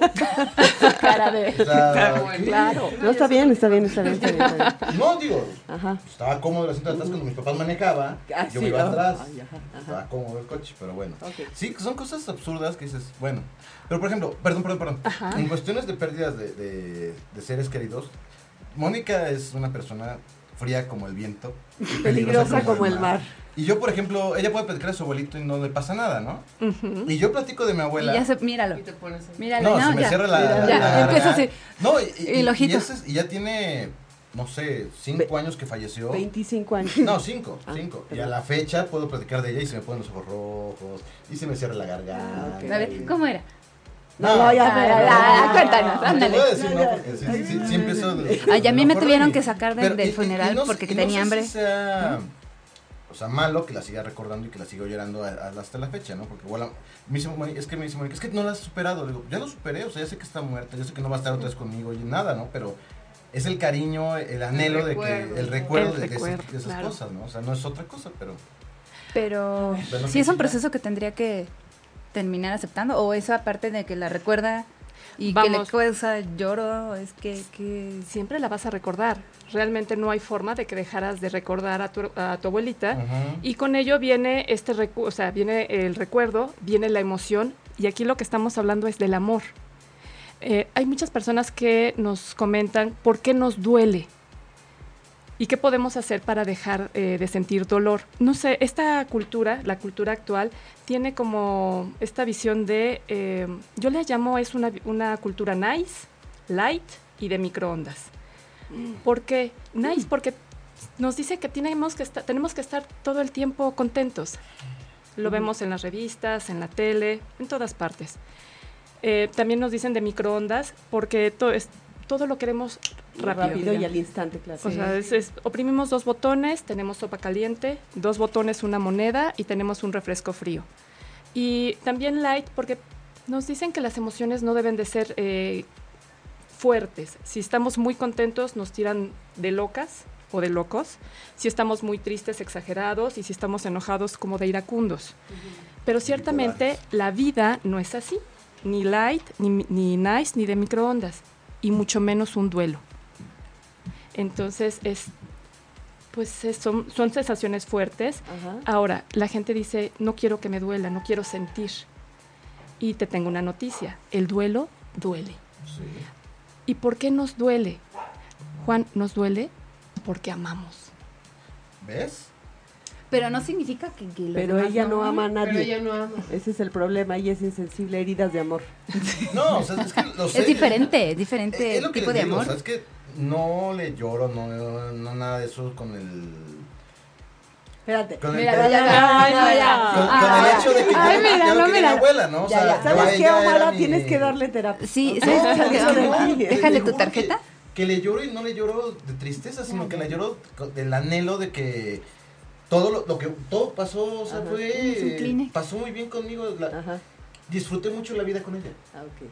D: cara de.
F: (laughs) o sea, ¿qué?
C: No, está bien, está bien, está bien, está bien. está bien.
F: No, digo,
C: Ajá.
F: estaba cómodo el asiento de atrás cuando mis papás manejaban.
C: Ah,
F: yo
C: sí,
F: me iba
C: ¿no?
F: atrás.
C: Ay, ajá, ajá.
F: Estaba cómodo el coche, pero bueno.
C: Ok.
F: Sí, son cosas absurdas que dices, bueno. Pero por ejemplo, perdón, perdón, perdón. En cuestiones de pérdidas de, de- de seres queridos, Mónica es una persona fría como el viento. y
C: Peligrosa como el mar.
F: Y yo, por ejemplo, ella puede platicar a su abuelito y no le pasa nada, ¿no?
I: Ujú.
F: Y yo platico de mi
D: Y
F: abuela.
D: ya se, míralo. Míralo.
F: No,
D: No,
F: se me
D: ya.
F: cierra la. la-
D: ya,
F: la-
D: empieza así.
F: No, y, y-
D: Y el ojito.
F: y ese es- y ya tiene, no sé, cinco años que falleció.
C: 25 años.
F: No, cinco,
C: Ah,
F: cinco. Y a
C: perdón.
F: la fecha puedo platicar de ella y se me ponen los ojos rojos y se me cierra la garganta.
C: Ah, ok.
D: A ver, ¿cómo era?
C: No, no, ya,
D: Ah, ya, ya, cuéntanos, ándale.
F: No puedo decir no porque sí, sí, sí, sí empiezo de-
D: Ay, a mí
F: de
D: me
F: la
D: tuvieron
F: forma.
D: que sacar del- del funeral
F: sé-
D: porque
F: y
D: tenía
F: sé si
D: hambre.
F: sea, o sea, malo que la siga recordando y que la siga llorando a- a- hasta la fecha, ¿no? Porque igual a- me dice Mónica, es que me dice Mónica, es que no la has superado. Le digo, ya lo superé, o sea, ya sé que está muerta, yo sé que no va a estar otra vez conmigo y nada, ¿no? Pero es el cariño, el anhelo de que el recuerdo de,
I: El
F: de esas-
I: recuerdo,
F: de esas
I: claro.
F: cosas, ¿no? O sea, no es otra cosa, pero
D: Pero
F: Bueno,
D: sí es un
F: ya.
D: proceso que tendría que terminar aceptando? ¿O esa parte de que la recuerda y que le
I: Vamos.
D: causa lloro? Es que, que-
I: Siempre la vas a recordar. Realmente no hay forma de que dejaras de recordar a tu, a tu abuelita.
C: Ah.
F: Ajá.
I: ¿Ah? Y con ello viene este recu- o sea, viene el recuerdo, viene la emoción, y aquí lo que estamos hablando es del amor. Eh, hay muchas personas que nos comentan por qué nos duele y qué podemos hacer para dejar eh, de sentir dolor. No sé, esta cultura, la cultura actual, tiene como esta visión de, eh, yo le llamo, es una, una cultura nice, light y de microondas. Porque, nice, porque nos dice que tenemos que, estar, tenemos que estar todo el tiempo contentos. Lo vemos en las revistas, en la tele, en todas partes. Eh, también nos dicen de microondas porque to- es- todo lo queremos rápido.
C: Rápido y al instante, claro.
I: O sea, es- es- oprimimos dos botones, tenemos sopa caliente, dos botones, una moneda y tenemos un refresco frío. Y también light porque nos dicen que las emociones no deben de ser eh, fuertes. Si estamos muy contentos nos tiran de locas o de locos. Si estamos muy tristes, exagerados. Y si estamos enojados, como de iracundos. Pero ciertamente la vida no es así. Ni light, ni, ni nice, ni de microondas. Y mucho menos un duelo. Entonces es... Pues es- son, son sensaciones fuertes
C: Ajá.
I: Ahora, la gente dice, no quiero que me duela, no quiero sentir. Y te tengo una noticia, el duelo duele. ¿Y por qué nos duele? Juan, nos duele porque amamos.
F: ¿Ves?
D: Pero no significa que, que los
C: Pero
D: demás
C: ella no ama a
E: Pero
C: nadie.
E: ella no ama.
C: Ese es el problema, ella es insensible a heridas de amor.
F: No, o sea, es que lo sé.
D: Es diferente, es
F: Es-
D: diferente
F: Eh, es lo que
D: tipo de
F: les digo,
D: amor.
F: o sea, es que no le lloro, no, no, no nada de eso con el
C: Espérate.
F: Con el,
D: Mira, ya,
F: con-
D: ya, ya,
I: Ay, no,
D: ya,
I: ya.
F: con- con
D: Ah,
F: el hecho de que
C: Ay,
F: yo, yo
C: míralo,
F: no quería
C: míralo.
F: mi abuela, ¿no? O
D: Ya,
F: sea,
D: ya.
F: yo a
C: ¿Sabes qué,
F: ella era
C: Omara?
F: mi-
C: Tienes que
F: (laughs)
C: darle terapia.
D: Sí,
F: No,
D: ¿sabes?
F: es que
D: Déjale-
F: no, le
D: Déjale tu
F: juro que-
D: tarjeta.
F: Que, le lloro y no le lloro de tristeza, sino que la lloro co- del anhelo de que todo lo, lo que todo pasó, o sea,
C: Ajá.
D: Es un
F: fue
D: Kleenex.
F: pasó muy bien conmigo, la-
C: Ajá.
F: disfruté mucho la vida con ella.
C: Ah, ok.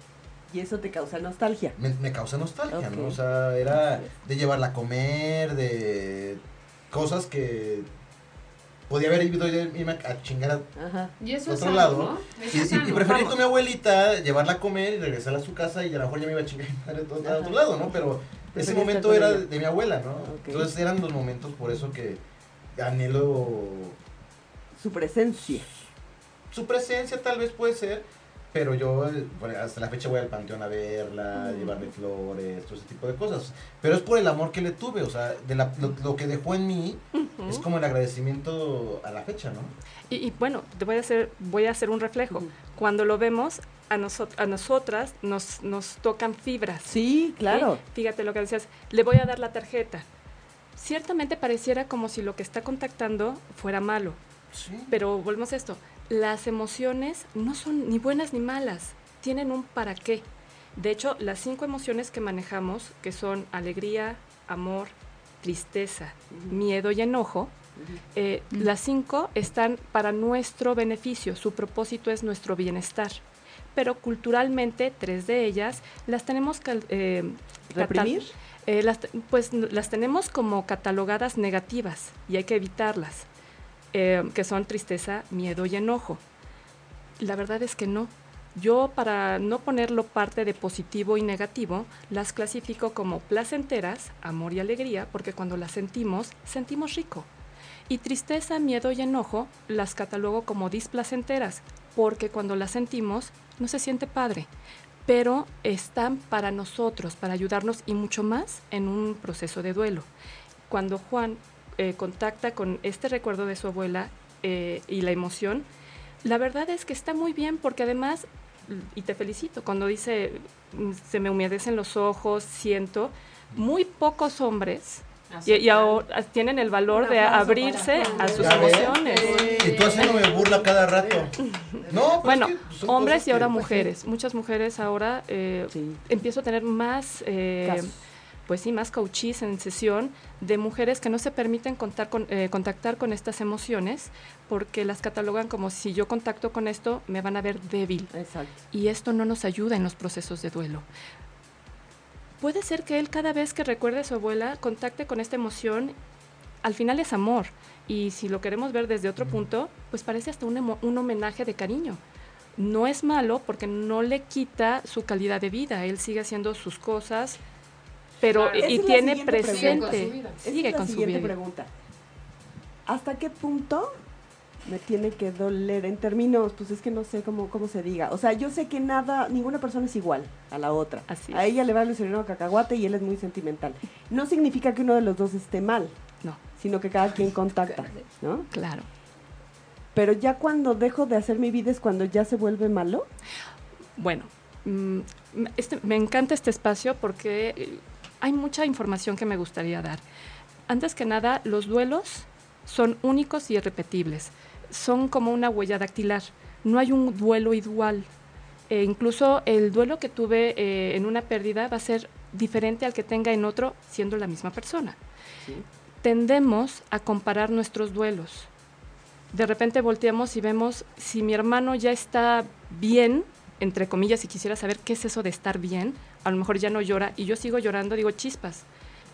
C: Y eso te causa nostalgia.
F: Me, me causa nostalgia,
C: Ok.
F: ¿no? O sea, era
C: Así es.
F: de llevarla a comer, de cosas que podía haber ido yo irme a a chingar a
C: Ajá.
E: Y eso
F: otro
E: es
F: lado,
E: algo, "Ah, ¿no?
F: Y, y- y preferir con mi abuelita, llevarla a comer y regresar a su casa y a lo mejor ya me iba a chingar (laughs) a todo- a otro lado, ¿no? Pero ese
C: Preferiste
F: momento
C: con
F: era
C: ella.
F: de, de mi abuela, ¿no?
C: Ok.
F: Entonces eran los momentos por eso que anhelo
C: Su presencia.
F: su presencia, tal vez puede ser, pero yo eh, bueno, hasta la fecha voy al panteón a verla, llevarle flores, todo ese tipo de cosas. Pero es por el amor que le tuve, o sea, de la- lo, lo que dejó en mí es como el agradecimiento a la fecha, ¿no?
I: Y, y bueno, te voy a hacer, voy a hacer un reflejo.
C: Ujú.
I: Cuando lo vemos, a, nosot- a nosotras nos, nos tocan fibras.
C: Sí, claro.
I: ¿sí? Fíjate lo que decías, le voy a dar la tarjeta. Ciertamente pareciera como si lo que está contactando fuera malo.
F: Sí.
I: Pero volvemos a esto. Las emociones no son ni buenas ni malas, tienen un para qué. De hecho, las cinco emociones que manejamos, que son alegría, amor, tristeza, miedo y enojo, eh,
D: Ujú.
I: las cinco están para nuestro beneficio, su propósito es nuestro bienestar. Pero culturalmente, tres de ellas las tenemos cal- eh, catal-
C: ¿Reprimir?
I: eh, las, te- pues n- las tenemos como catalogadas negativas y hay que evitarlas, eh, que son tristeza, miedo y enojo. La verdad es que no. Yo para no ponerlo parte de positivo y negativo, las clasifico como placenteras, amor y alegría, porque cuando las sentimos, sentimos rico. Y tristeza, miedo y enojo las catalogo como displacenteras, porque cuando las sentimos, no se siente padre pero están para nosotros, para ayudarnos y mucho más en un proceso de duelo. Cuando Juan eh, contacta con este recuerdo de su abuela eh, y la emoción, la verdad es que está muy bien porque además, y te felicito, cuando dice, mm, se me humedecen los ojos, siento, muy pocos hombres y, y ahora tienen el valor
E: Un
I: de
E: aplauso
I: abrirse
E: para
I: a
E: Juan.
I: sus
F: Ya ves.
I: emociones.
F: Y tú haciéndome burla cada rato. No, pero
I: Bueno,
F: es que son
I: hombres
F: cosas
I: y ahora
F: que-
I: mujeres. Muchas mujeres ahora eh,
C: Sí.
I: empiezo a tener más, eh,
C: Casos.
I: pues sí, más coaches en sesión de mujeres que no se permiten contar con, eh, contactar con estas emociones porque las catalogan como si yo contacto con esto me van a ver débil
C: Exacto.
I: y esto no nos ayuda en los procesos de duelo. Puede ser que él cada vez que recuerde a su abuela contacte con esta emoción, al final es amor y si lo queremos ver desde otro punto, pues parece hasta un, emo- un homenaje de cariño. no es malo porque no le quita su calidad de vida. Él sigue haciendo sus cosas, pero
E: Claro.
I: y,
C: Esa
I: y
C: es la
I: tiene
C: siguiente pregunta.
I: presente.
E: Esa
C: Esa
I: Sigue
C: es la
I: con su
C: siguiente
I: vida.
C: pregunta. ¿Hasta qué punto me tiene que doler en términos, pues es que no sé cómo, cómo se diga? O sea, yo sé que nada, ninguna persona es igual a la otra.
I: Así
C: a
I: es.
C: ella le va el sereno cacahuate y él es muy sentimental. No significa que uno de los dos esté mal,
I: No,
C: sino que cada quien contacta, ¿no?
I: claro.
C: Pero ya cuando dejo de hacer mi vida es cuando ya se vuelve malo.
I: Bueno, mm, m- este- me encanta este espacio porque eh, hay mucha información que me gustaría dar. Antes que nada, los duelos son únicos y irrepetibles. Son como una huella dactilar. No hay un duelo igual. E incluso el duelo que tuve eh, en una pérdida va a ser diferente al que tenga en otro siendo la misma persona. Tendemos a comparar nuestros duelos. De repente volteamos y vemos si mi hermano ya está bien, entre comillas, y quisiera saber qué es eso de estar bien, a lo mejor ya no llora y yo sigo llorando, digo chispas.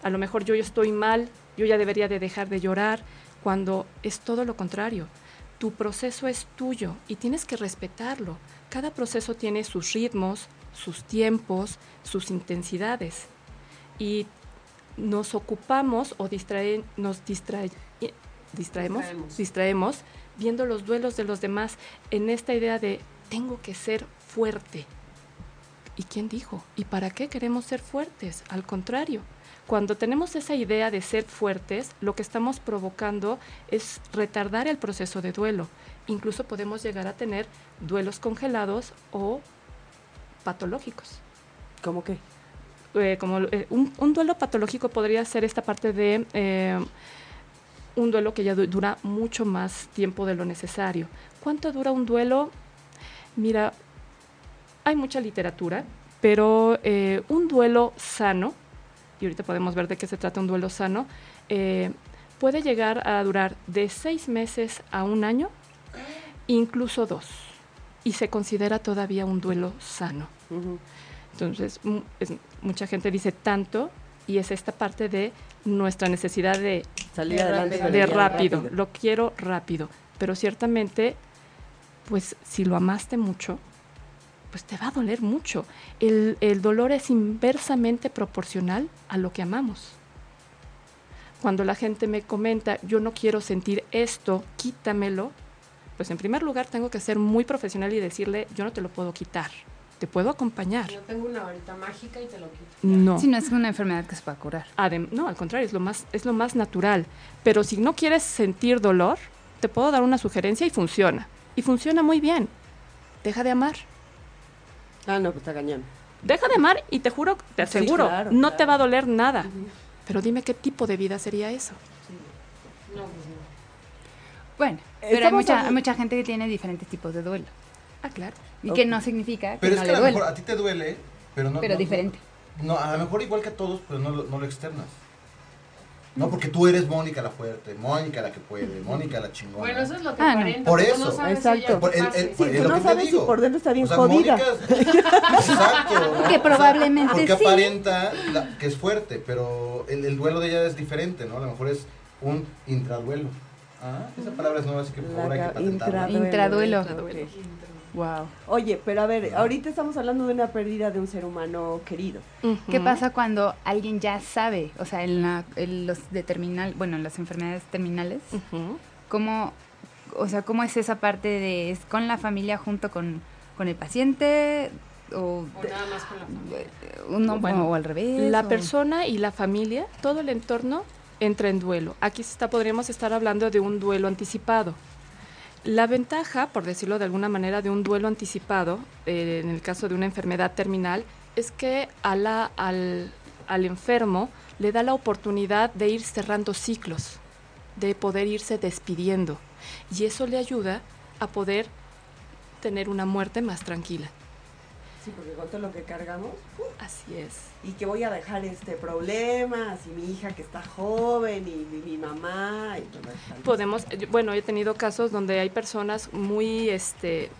I: A lo mejor yo ya estoy mal, yo ya debería de dejar de llorar, cuando es todo lo contrario. Tu proceso es tuyo y tienes que respetarlo. Cada proceso tiene sus ritmos, sus tiempos, sus intensidades. Y nos ocupamos o distrae- nos distrae- eh, distraemos,
E: Distraemos.
I: distraemos. viendo los duelos de los demás en esta idea de tengo que ser fuerte. ¿Y quién dijo? ¿Y para qué queremos ser fuertes? Al contrario, cuando tenemos esa idea de ser fuertes, lo que estamos provocando es retardar el proceso de duelo. Incluso podemos llegar a tener duelos congelados o patológicos.
C: ¿Cómo qué?
I: Eh, como eh, un, un duelo patológico podría ser esta parte de eh, un duelo que ya du- dura mucho más tiempo de lo necesario. ¿Cuánto dura un duelo? Mira, hay mucha literatura, pero eh, un duelo sano, y ahorita podemos ver de qué se trata un duelo sano, eh, puede llegar a durar de seis meses a un año, incluso dos, y se considera todavía un duelo sano. Entonces, mu- es- mucha gente dice tanto y es esta parte de nuestra necesidad de,
C: Salir
E: De
C: adelante.
E: rápido.
C: pero
I: de
C: ya
I: rápido, lo quiero rápido. Pero ciertamente, pues si lo amaste mucho, pues te va a doler mucho. El, el dolor es inversamente proporcional a lo que amamos. Cuando la gente me comenta, yo no quiero sentir esto, quítamelo, pues en primer lugar tengo que ser muy profesional y decirle, yo no te lo puedo quitar, te puedo acompañar.
E: Yo tengo una varita mágica y te lo quito.
I: No.
D: Si no es una enfermedad que se pueda curar.
I: Adem- no, al contrario, es lo, más, es lo más natural. Pero si no quieres sentir dolor, te puedo dar una sugerencia y funciona. Y funciona muy bien. Deja de amar.
C: Ah, no, pues está cañón.
I: Deja de amar y te juro, te
C: Sí,
I: aseguro,
C: claro,
I: no
C: claro.
I: te va a doler nada. Pero dime qué tipo de vida sería eso.
D: Bueno, pero hay
C: Estamos
D: mucha,
C: hablando-
D: hay mucha gente que tiene diferentes tipos de duelo.
I: Ah, claro.
D: Y
C: Ok.
D: que no significa que
F: Pero
D: no
F: es que
D: le
F: a lo
D: duele.
F: mejor a ti te duele, pero no.
D: Pero
F: no-
D: diferente.
F: No, a lo mejor igual que a todos, pero no, lo- no lo externas. No, porque tú eres Mónica la fuerte, Mónica la que puede, Mónica la chingona.
E: Bueno, eso es lo que
D: Ah, no.
E: aparenta,
F: Por
E: tú
F: eso.
E: No sabes
C: Exacto.
E: ella
F: Por-
E: qué
F: el-
E: pase.
F: el-
C: Sí,
F: Pues es
C: tú
F: lo
C: no
F: que te
C: sabes si
F: digo.
C: por dentro está bien
F: O sea,
C: jodida.
F: Mónica es- (laughs) Exacto. ¿no?
D: Que probablemente
F: Porque
D: sí.
F: aparenta la- que es fuerte, pero el, el duelo de ella es diferente, ¿no? A lo mejor es un intraduelo. Ah, esa palabra es nueva, así que por favor hay que
C: La ca-
F: patentarla.
C: intraduelo.
D: Intraduelo.
C: ok. Wow. Oye, pero a ver, ahorita estamos hablando de una pérdida de un ser humano querido.
D: ¿Qué pasa cuando alguien ya sabe? O sea, en, la- en los de terminal, bueno, en las enfermedades terminales,
I: Ujú.
D: ¿cómo, o sea, cómo es esa parte de es con la familia junto con, con el paciente? O,
E: O nada más con la familia.
D: eh, no,
I: Bueno,
D: o al revés.
I: La
D: o-
I: persona y la familia, todo el entorno entra en duelo. Aquí se está, podríamos estar hablando de un duelo anticipado. La ventaja, por decirlo de alguna manera, de un duelo anticipado, eh, en el caso de una enfermedad terminal, es que a la- al, al enfermo le da la oportunidad de ir cerrando ciclos, de poder irse despidiendo. Y eso le ayuda a poder tener una muerte más tranquila.
C: Sí, porque con todo lo que cargamos
I: Así es.
C: y que voy a dejar este problemas y mi hija que está joven y, mi- mi mamá y todo esto.
I: podemos yo- bueno he tenido casos donde hay personas muy este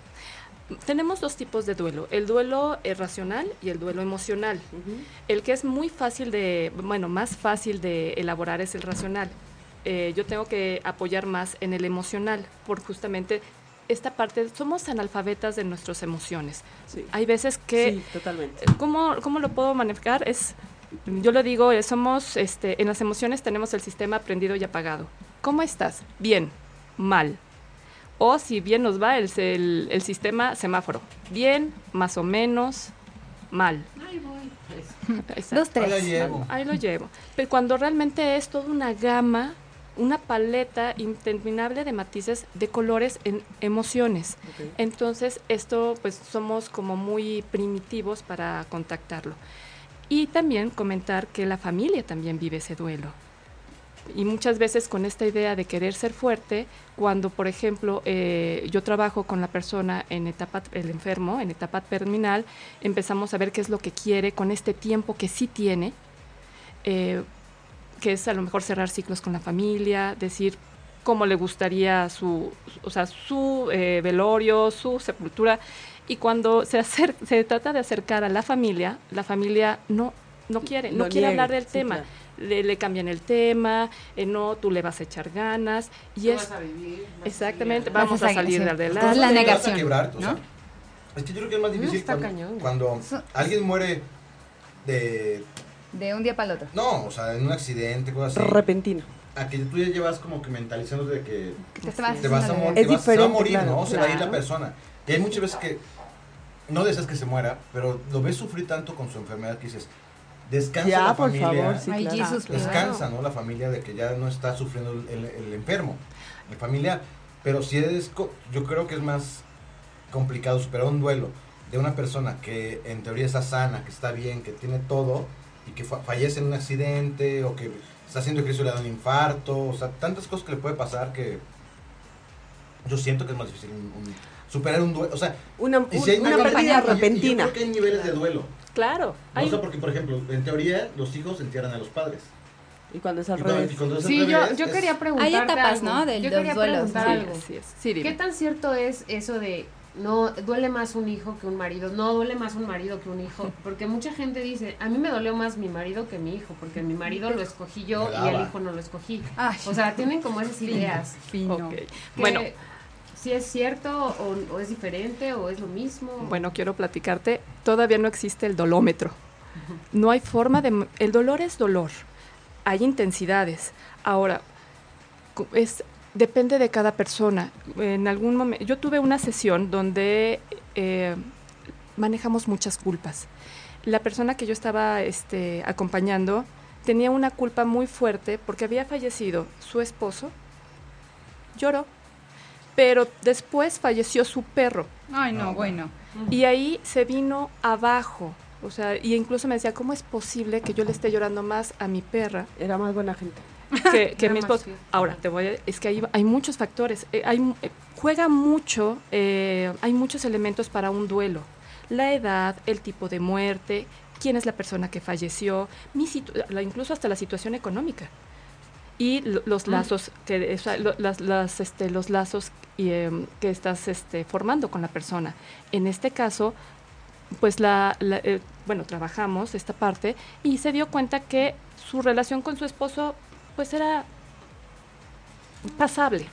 I: tenemos dos tipos de duelo el duelo eh, racional y el duelo emocional
C: Ujú.
I: el que es muy fácil de bueno más fácil de elaborar es el racional Eh, yo tengo que apoyar más en el emocional por justamente esta parte, somos analfabetas de nuestras emociones. Hay veces que
C: Sí, totalmente.
I: ¿Cómo, cómo lo puedo manejar? Es, yo lo digo, eh, somos, este, en las emociones tenemos el sistema prendido y apagado. ¿Cómo estás? Bien, mal. O si bien nos va el, se- el- el sistema semáforo. Bien, más o menos, mal. (laughs) Exacto.
D: Dos,
F: Ahí la
D: tres.
F: llevo.
I: Ahí lo llevo. Pero cuando realmente es toda una gama, una paleta interminable de matices, de colores en emociones. Entonces, esto, pues somos como muy primitivos para contactarlo. Y también comentar que la familia también vive ese duelo. Y muchas veces con esta idea de querer ser fuerte, cuando, por ejemplo, eh, yo trabajo con la persona en etapa, el enfermo, en etapa terminal, empezamos a ver qué es lo que quiere con este tiempo que sí tiene, eh, que es a lo mejor cerrar ciclos con la familia, decir cómo le gustaría su, o sea, su eh, velorio, su sepultura. Y cuando se, acer- se trata de acercar a la familia, la familia no, no quiere, no
C: Lo
I: quiere
C: niega,
I: hablar del
C: sí,
I: tema.
C: claro.
I: Le, le cambian el tema, eh, no, tú le vas a echar ganas. Y es, exactamente,
D: Vas a
I: vamos a,
D: salir,
I: salir
D: sí.
I: de
D: Esa es
I: adelante.
D: la
F: Vas a
D: negación,
F: quebrar, o sea,
D: ¿no?
F: es que yo creo que es más
E: No,
F: difícil
E: está
F: cuando,
E: cañón.
F: cuando
D: Eso-
F: alguien muere de...
D: De un día para el otro.
F: No, o sea, en un accidente, cosas así.
C: Repentino.
F: a que tú ya llevas como que mentalizando de que
D: Que te estabas
F: te vas a,
D: haciendo
F: mor-
D: de-
F: te
C: Es
F: vas- se va a
C: diferente,
F: morir,
C: claro,
F: ¿no? Se va a ir la
C: claro.
F: persona. Y hay muchas veces que no deseas que se muera, pero lo ves sufrir tanto con su enfermedad que dices, descansa
C: Ya,
F: la
C: por
F: familia,
C: favor, sí,
D: Ay,
C: claro.
D: Jesús,
C: Ah,
D: claro.
F: descansa, ¿no? La familia de que ya no está sufriendo el, el- el enfermo, la familia. Pero si es, co- yo creo que es más complicado superar un duelo de una persona que en teoría está sana, que está bien, que tiene todo y que fa- fallece en un accidente o que está haciendo ejercicio y le da un infarto, o sea, tantas cosas que le puede pasar que yo siento que es más difícil un- un- superar un duelo, o sea,
C: Una,
F: y
C: un-
F: si hay
C: una
F: niveles- y yo-
C: pérdida
F: y yo
C: repentina.
F: creo que hay niveles de duelo.
I: Claro,
F: No
I: hay-
F: sé, porque por ejemplo, en teoría los hijos entierran a los padres.
C: Y cuando es al
F: Y cuando- y
C: revés.
F: cuando es al
E: Sí, yo,
F: revés,
E: yo
F: es-
E: quería preguntar.
D: etapas, ¿no? Del-
E: yo
D: del
E: quería
D: duelo,
E: preguntar
I: sí,
E: algo.
I: así es. Sí, dime.
E: ¿Qué tan cierto es eso de no duele más un hijo que un marido? No duele más un marido que un hijo, porque mucha gente dice, a mí me dolió más mi marido que mi hijo, porque mi marido lo escogí yo
F: Me
E: y
F: daba.
E: al hijo no lo escogí.
D: Ay.
E: O sea, tienen como esas ideas.
D: Fino.
I: Ok.
E: que
I: Bueno,
E: si es cierto o, o es diferente o es lo mismo.
I: Bueno, quiero platicarte, todavía no existe el dolómetro. No hay forma de... m- El dolor es dolor. Hay intensidades. Ahora, cu- es, depende de cada persona. En algún momento... Yo tuve una sesión donde eh, manejamos muchas culpas. La persona que yo estaba este, acompañando tenía una culpa muy fuerte porque había fallecido su esposo. Lloró. Pero después falleció su perro.
D: Ay, no, bueno.
I: Y ahí se vino abajo. O sea, y incluso me decía, ¿cómo es posible que yo le esté llorando más a mi perra
C: Era más buena gente. (laughs)
I: (laughs) que, que
E: Nada
I: mi
E: más,
I: esposo?
E: sí.
I: Ahora, te voy a, es que hay, hay muchos factores. eh, hay, eh, juega mucho, eh, hay muchos elementos para un duelo. La edad, el tipo de muerte, quién es la persona que falleció, mi situ- la- incluso hasta la situación económica. Y lo- los lazos, que, o sea, lo- las, las, este, los lazos y, em, que estás este, formando con la persona. En este caso, pues la, la, eh, bueno, trabajamos esta parte y se dio cuenta que su relación con su esposo pues era pasable.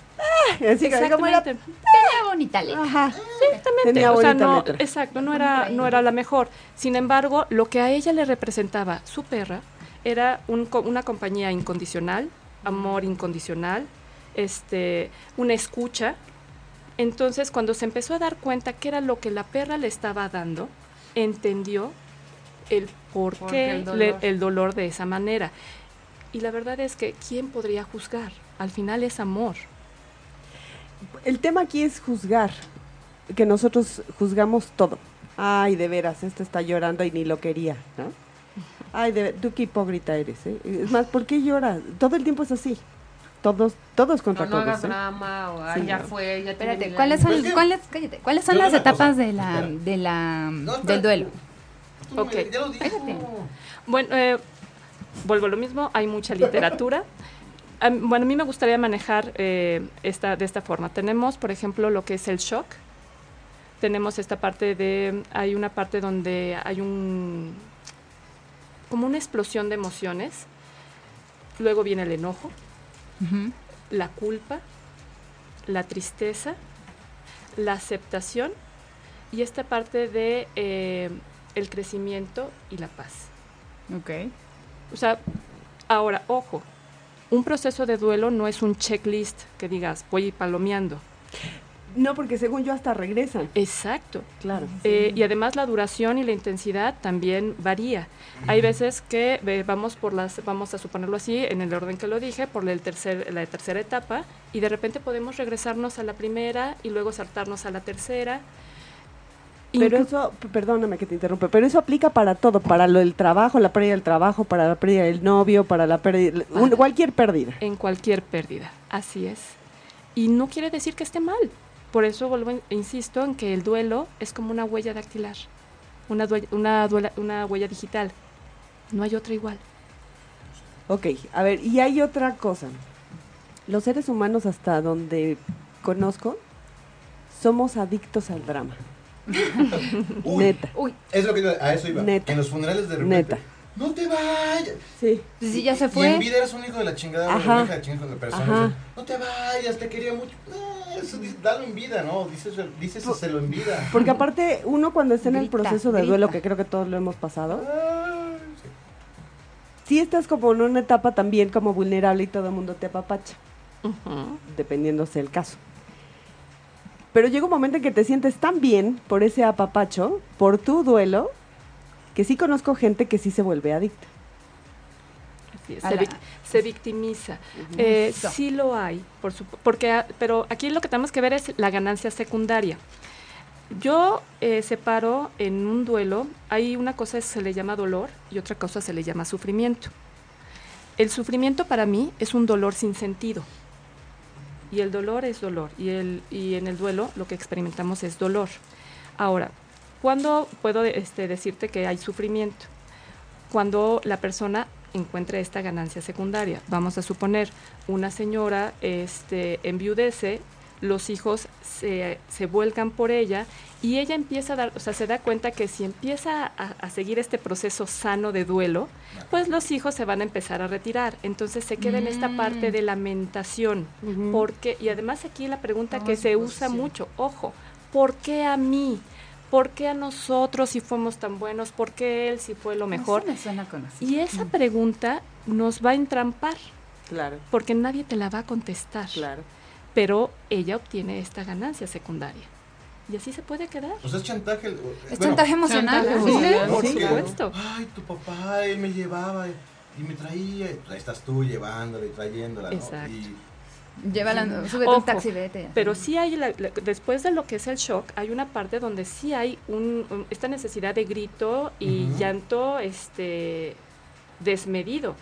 C: Así que, ¿cómo era?
I: Exactamente.
D: Tenía bonita letra.
C: Ajá.
I: Exactamente,
C: Tenía
I: o sea,
C: bonita
I: no,
C: letra.
I: exacto, no era, no era la mejor. Sin embargo, lo que a ella le representaba su perra era un co- una compañía incondicional, amor incondicional, este, una escucha. Entonces, cuando se empezó a dar cuenta que era lo que la perra le estaba dando, entendió el por
E: Por
I: qué
E: qué el
I: le-
E: dolor.
I: el dolor de esa manera. Y la verdad es que, ¿quién podría juzgar? Al final es amor.
C: El tema aquí es juzgar, que nosotros juzgamos todo. Ay, de veras, este está llorando y ni lo quería, ¿no? Ay, de ver- tú qué hipócrita eres, ¿eh? Es más, ¿por qué lloras? Todo el tiempo es así. Todos, todos
E: O
C: contra
E: no hagas
C: todos. ¿eh?
E: drama o ay,
C: Sí,
E: ya
C: no.
E: fue, ya tuve
D: Espérate,
E: mi
D: ¿cuáles
E: lana.
D: son,
F: Pues, ¿qué?
D: ¿cuáles, cállate, ¿cuáles son
F: Yo
D: las
F: tengo una
D: etapas
F: cosa.
D: de la,
F: Espera.
D: de la,
F: No, espera.
D: del duelo?
F: Tú me-
I: Ok.
F: Ya lo dijo.
I: Bueno, eh, vuelvo a lo mismo, hay mucha literatura. A mí- bueno, a mí me gustaría manejar eh, esta, de esta forma. Tenemos, por ejemplo, lo que es el shock. Tenemos esta parte de, hay una parte donde hay un, como una explosión de emociones. Luego viene el enojo,
D: Ujú.
I: la culpa, la tristeza. la aceptación y esta parte de eh, el crecimiento y la paz.
D: Ok.
I: O sea, ahora, ojo, un proceso de duelo no es un checklist que digas voy a ir palomeando.
C: No, porque según yo hasta regresan.
I: Exacto.
C: Claro.
I: Eh, y además la duración y la intensidad también varía. Hay veces que eh, vamos por las, vamos a suponerlo así, en el orden que lo dije, por el tercer, la tercera etapa, y de repente podemos regresarnos a la primera y luego saltarnos a la tercera.
C: Pero
I: Inclu-
C: eso, p- perdóname que te interrumpa, pero eso aplica para todo, para lo del trabajo, la pérdida del trabajo, para la pérdida del novio, para la pérdida, un- cualquier pérdida.
I: en cualquier pérdida. Así es. Y no quiere decir que esté mal. Por eso vuelvo, in- e insisto en que el duelo es como una huella dactilar, una, due- una, duela- una huella digital. No hay otra igual.
C: Ok, a ver, y hay otra cosa. Los seres humanos, hasta donde conozco, somos adictos al drama.
F: Uy,
C: Neta.
D: Uy,
F: Es lo que yo, a eso iba.
C: Neta.
F: En los funerales de repente.
C: Neta.
F: No te vayas.
C: Sí.
D: pues sí, ya
F: Y-
D: se
F: Y
D: fue.
F: en vida eras un hijo de la chingada, una
C: Ajá.
F: hija de chingada con la persona.
C: Ajá.
F: dice, no te vayas, te quería mucho. Ah, eso, di- dalo en vida, ¿no? Díceselo, díceselo en vida.
C: Porque aparte, uno cuando está en el
D: Grita,
C: proceso de duelo,
D: grita.
C: que creo que todos lo hemos pasado,
F: Ah, sí.
C: sí estás como en una etapa también como vulnerable y todo el mundo te apapacha. dependiendo sea el caso. Pero llega un momento en que te sientes tan bien por ese apapacho, por tu duelo, que sí conozco gente que sí se vuelve adicta.
I: Así es,
D: A
I: se,
D: la-
I: vic- se victimiza. Eh,
D: Eso.
I: sí lo hay, por supu- porque, ah, pero aquí lo que tenemos que ver es la ganancia secundaria. Yo eh, separo en un duelo, hay una cosa que se le llama dolor y otra cosa se le llama sufrimiento. El sufrimiento para mí es un dolor sin sentido. Y el dolor es dolor. Y, el, y en el duelo lo que experimentamos es dolor. Ahora, ¿cuándo puedo este, decirte que hay sufrimiento? cuando la persona encuentra esta ganancia secundaria. Vamos a suponer, una señora este, enviudece, los hijos se, se vuelcan por ella y ella empieza a dar, o sea, se da cuenta que si empieza a, a seguir este proceso sano de duelo, pues los hijos se van a empezar a retirar. Entonces se queda en esta
D: Mm.
I: parte de lamentación. Porque, y además aquí la pregunta que
D: Vamos,
I: se usa
D: posición.
I: mucho, ojo, ¿por qué a mí? ¿Por qué a nosotros si fuimos tan buenos? ¿Por qué él si fue lo mejor?
D: Eso me suena conocido.
I: Y esa pregunta nos va a entrampar,
C: Claro,
I: porque nadie te la va a contestar. Pero ella obtiene esta ganancia secundaria. Y así se puede quedar.
F: Pues es chantaje. el-
D: Es
F: bueno,
D: chantaje
E: Pues,
D: emocional.
E: chantaje
D: Sí,
E: emocional.
F: ¿por
I: Por
F: qué?
I: supuesto.
F: Ay, tu papá, él me llevaba y me traía. y Ahí estás tú llevándola y trayéndola, ¿no?
I: Exacto.
F: Y
D: Llévala, súbete a un
I: Ojo,
D: taxi, vete.
I: Pero sí hay, la- la- después de lo que es el shock, hay una parte donde sí hay un, un- esta necesidad de grito y
F: Ujú.
I: llanto este, desmedido.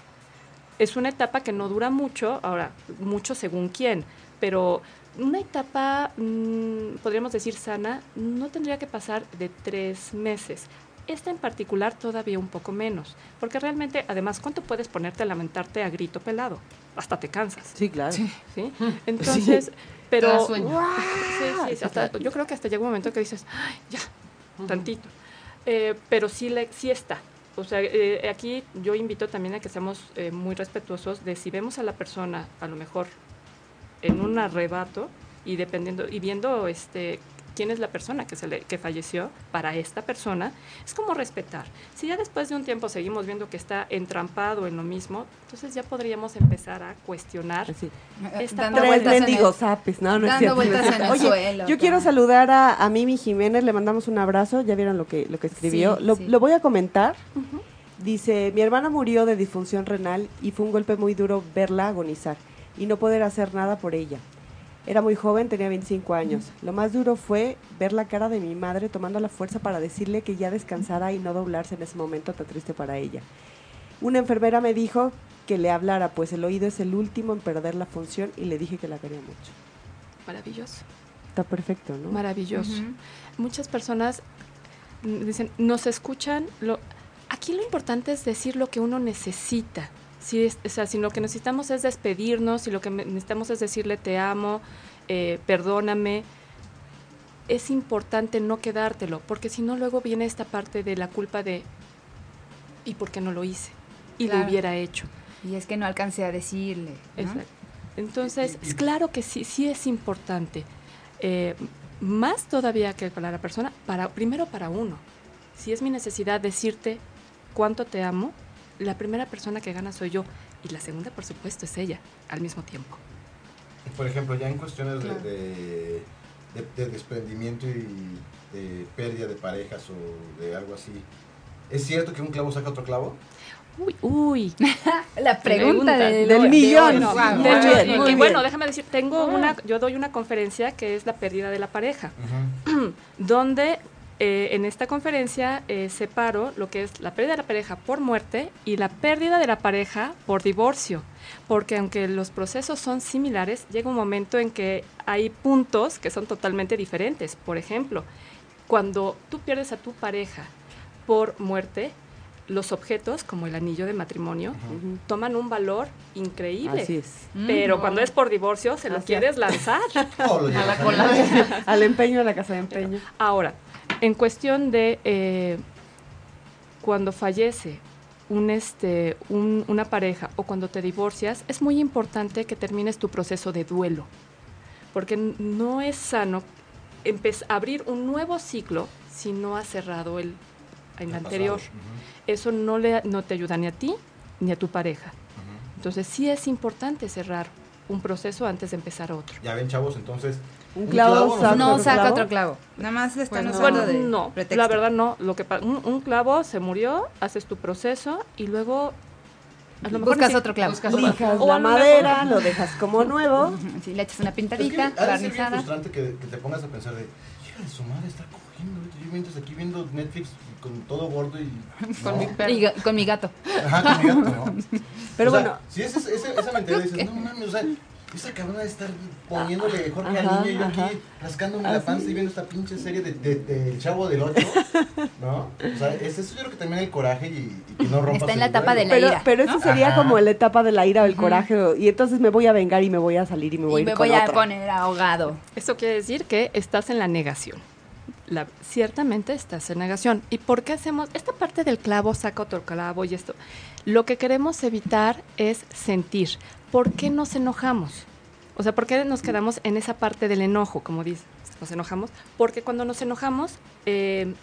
I: Es una etapa que no dura mucho, ahora, mucho según quién, pero una etapa, mm, podríamos decir sana, no tendría que pasar de tres meses. Esta en particular todavía un poco menos, porque realmente, además, ¿cuánto puedes ponerte a lamentarte a grito pelado? Hasta te cansas.
C: Sí, claro.
I: ¿sí? Entonces, pero...
E: Te da sueño.
I: ¡guau! Sí, sí, sí, hasta- yo creo que hasta llega un momento que dices, ay, ya, tantito. Eh, pero sí, le, sí está. O sea, eh, aquí yo invito también a que seamos eh, muy respetuosos de si vemos a la persona, a lo mejor, en un arrebato y dependiendo y viendo este quién es la persona que se le, que falleció para esta persona es como respetar si ya después de un tiempo seguimos viendo que está entrampado en lo mismo entonces ya podríamos empezar a cuestionar
C: Así.
I: Esta
D: Eh, dando
I: parte-
C: Tres
D: vueltas en
C: mendigos apes. No, no es
D: Dando
C: cierto, no es
D: vueltas en
C: cierto.
D: el
C: Oye,
D: suelo,
C: yo quiero
D: claro.
C: saludar a, a Mimi Jiménez, le mandamos un abrazo, ya vieron lo que, lo que escribió.
D: Sí,
C: lo,
D: sí.
C: lo voy a comentar. Dice, mi hermana murió de disfunción renal y fue un golpe muy duro verla agonizar y no poder hacer nada por ella. Era muy joven, tenía 25 años. Lo más duro fue ver la cara de mi madre tomando la fuerza para decirle que ya descansara y no doblarse en ese momento tan triste para ella. Una enfermera me dijo que le hablara, pues el oído es el último en perder la función y le dije que la quería mucho.
I: maravilloso
C: Está perfecto, ¿no?
I: maravilloso
D: Ujú.
I: muchas personas mm, dicen, nos escuchan. Lo, aquí lo importante es decir lo que uno necesita. Si es, o sea, si lo que necesitamos es despedirnos, si lo que me- necesitamos es decirle te amo, eh, perdóname, es importante no quedártelo, porque si no luego viene esta parte de la culpa de ¿y por qué no lo hice? Y lo
D: Claro.
I: hubiera hecho.
D: Y es que no alcancé a decirle. ¿no?
I: Exacto. Entonces, es claro que sí, sí es importante. Eh, más todavía que para la persona, para, primero para uno. Si es mi necesidad decirte cuánto te amo, la primera persona que gana soy yo y la segunda, por supuesto, es ella al mismo tiempo.
F: Por ejemplo, ya en cuestiones de-
E: Claro.
F: de, de- de desprendimiento y de pérdida de parejas o de algo así, ¿es cierto que un clavo saca otro clavo?
I: Uy,
C: (laughs)
I: uy.
D: La
I: pregunta
D: pregunta
I: del-
D: del,
C: Del millón.
I: Bueno,
C: Wow.
I: de
C: Muy
I: hecho,
C: bien,
I: y-
C: muy
I: y
C: bien. Ah.
I: bueno, déjame decir, tengo una, yo doy una conferencia que es la pérdida de la pareja, donde eh, en esta conferencia eh, separo lo que es la pérdida de la pareja por muerte y la pérdida de la pareja por divorcio, porque aunque los procesos son similares, llega un momento en que hay puntos que son totalmente diferentes. Por ejemplo, cuando tú pierdes a tu pareja por muerte, los objetos, como el anillo de matrimonio,
C: Ujú.
I: toman un valor increíble.
C: Así es. (laughs)
I: Pero
D: Mm.
I: cuando es por divorcio, se lo
C: Así
I: quieres lanzar.
F: O lo llevas al-
C: Al empeño de la casa de empeño.
I: Ahora, en cuestión de eh, cuando fallece un, este, un- una pareja o cuando te divorcias, es muy importante que termines tu proceso de duelo, porque n- no es sano empe- abrir un nuevo ciclo si no has cerrado el, el
F: al pasado.
I: anterior.
F: Ujú,
I: Eso no, le, no te ayuda ni a ti ni a tu pareja.
F: ujú.
I: Entonces sí es importante cerrar un proceso antes de empezar otro.
F: Ya ven, chavos, entonces...
C: Un
F: Un
C: clavo
F: clavo
C: saca
D: No
C: otro
D: saca
C: clavo.
D: otro clavo. Nada más están
E: Bueno,
D: usando
I: Bueno,
D: de
I: no,
D: pretexto.
I: la verdad no. Lo que pa- un, un clavo se murió, haces tu proceso y luego a lo mejor
D: Buscas
I: sí-
D: otro clavo.
E: Buscas-
C: Lijas
I: O
C: la
I: a lo mejor-
C: madera, lo dejas como nuevo.
D: Ujú, Sí, le echas una
F: Es que
D: pintadita,
F: ha de ser bien
D: barnizada.
F: frustrante que, que te pongas a pensar de, hija de su madre, está cogiendo, ahorita yo mientras aquí viendo Netflix con todo gordo y...
E: Con
F: No.
E: mi perro.
D: Y ga- con mi gato.
F: Ajá, con mi gato,
C: (laughs)
F: ¿no?
C: Pero
F: O sea,
C: bueno.
F: Si es esa, esa, esa mentalidad dices, no mames, o sea, esa cabrona de estar poniéndole Jorge
C: Ah, Ajá,
F: al niño y yo
C: ajá.
F: aquí rascándome
C: Ah,
F: la
C: sí.
F: panza y viendo esta pinche serie de, de- de El Chavo del Ocho, ¿no? O sea, es eso yo creo que también el coraje y, y que no rompas
D: Está en la
F: el
D: etapa
F: duelo.
D: de la
C: Pero,
D: ira,
C: pero eso
D: ¿no?
C: sería
F: Ajá.
C: como la etapa de la ira o el coraje. o- Y entonces me voy a vengar y me voy a salir y me voy a
D: Y
C: ir
D: me
C: con
D: voy a
C: otro.
D: poner ahogado.
I: Eso quiere decir que estás en la negación. La- ciertamente estás en negación. ¿Y por qué hacemos esta parte del clavo, saca otro clavo y esto? Lo que queremos evitar es sentir. ¿Por qué nos enojamos? O sea, ¿por qué nos quedamos en esa parte del enojo, como dice? Nos enojamos. Porque cuando nos enojamos, eh,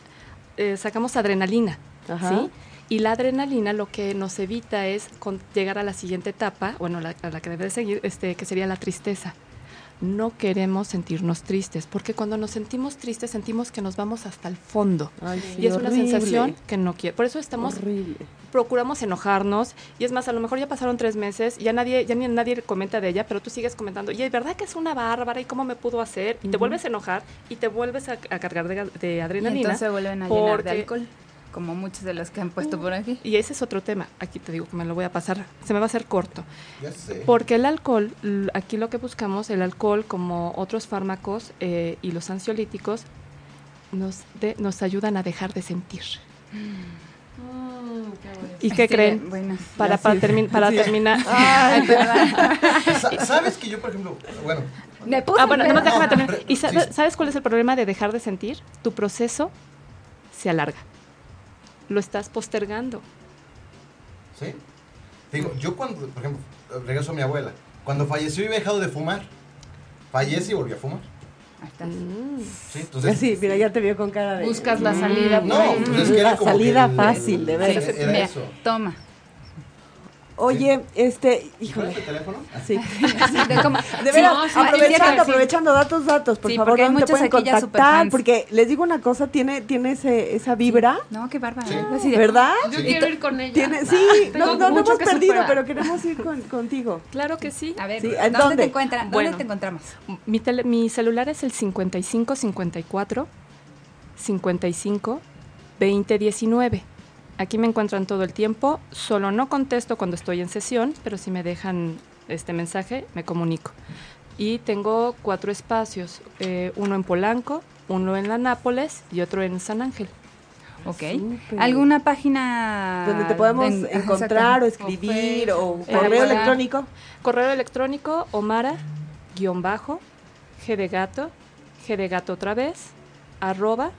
I: eh, sacamos adrenalina.
C: Ajá.
I: ¿sí? Y la adrenalina lo que nos evita es con- llegar a la siguiente etapa, bueno, la- a la que debe de seguir, este, que sería la tristeza no queremos sentirnos tristes, porque cuando nos sentimos tristes sentimos que nos vamos hasta el fondo.
C: Ay, sí,
I: Y es una
C: horrible,
I: sensación que no quiere. Por eso estamos,
C: horrible.
I: procuramos enojarnos. Y es más, a lo mejor ya pasaron tres meses, ya nadie, ya ni nadie comenta de ella, pero tú sigues comentando. Y es verdad que es una bárbara y cómo me pudo hacer. Y
C: Ujú.
I: te vuelves a enojar y te vuelves a, a cargar de, ga- de
D: Y
I: adrenalina.
D: entonces se vuelven a llenar
I: porque-
D: de alcohol, como muchos de los que han puesto por aquí.
I: y ese es otro tema. Aquí te digo que me lo voy a pasar. Se me va a hacer corto.
F: Ya sé.
I: Porque el alcohol, l- aquí lo que buscamos, el alcohol como otros fármacos eh, y los ansiolíticos, nos, de- nos ayudan a dejar de sentir.
E: Mm, qué bueno.
I: ¿Y qué
D: Sí,
I: creen? Ah,
D: Bueno.
I: Para, para, termi- para terminar...
D: Ay, perdón.
F: Sa- ¿Sabes que yo, por ejemplo, bueno,
D: Me puse
I: Ah, bueno,
D: enferma.
I: nomás déjame terminar.
F: (laughs) pero-
I: ¿Y sa-
F: sí.
I: sabes cuál es el problema de dejar de sentir? Tu proceso se alarga. Lo estás postergando.
F: ¿sí? Te Digo, yo cuando, por ejemplo, regreso a mi abuela, cuando falleció había dejado de fumar, fallece y volví a fumar,
D: Ahí está.
I: Mm.
F: ¿sí? Entonces,
C: sí, mira, ya te vio con cara de.
E: Buscas la salida. por
F: no,
E: ahí.
F: pues es que era
C: La
F: como que
C: salida
F: el-
C: fácil, de
F: el-
C: veras.
F: era
D: Mira,
F: eso.
D: Toma.
C: Oye, este,
F: ¿Cuál es
C: híjole.
F: el teléfono?
C: Sí.
D: De, como-
C: De veras,
D: No, sí,
C: aprovechando,
D: sí, sí.
C: aprovechando datos, datos, por
D: Sí,
C: favor,
D: porque hay
C: ¿dónde te
D: muchos
C: pueden
D: aquí
C: contactar?
D: ya superfans.
C: Porque les digo una cosa, tiene, tiene ese, esa vibra,
D: No, qué bárbaro.
F: Sí.
D: Así de-
C: ¿verdad?
E: Yo
F: Sí.
E: quiero ir con
C: (laughs)
E: ella.
C: Tiene, sí,
E: Tengo
C: no, no, no
E: mucho
C: hemos
E: que
C: perdido,
E: superar.
C: pero queremos ir con- contigo.
I: Claro que sí.
D: A ver,
C: Sí, ¿en
D: ¿dónde,
C: dónde?
D: te encuentran? ¿Dónde
I: Bueno.
D: te encontramos?
I: Mi, tele- mi celular es el 55 54 55 20 19. Aquí me encuentran todo el tiempo, solo no contesto cuando estoy en sesión, pero si me dejan este mensaje, me comunico. Y tengo cuatro espacios, eh, uno en Polanco, uno en la Nápoles y otro en San Ángel.
D: Ok.
C: Súper.
D: ¿Alguna página?
C: Donde te podemos
D: en- Ah, ajá,
C: encontrar o
D: exacto.
C: escribir o,
I: o
C: correo
I: Facebook.
C: electrónico.
I: Correo electrónico omara-bajo, g de gato, g de gato otra vez, arroba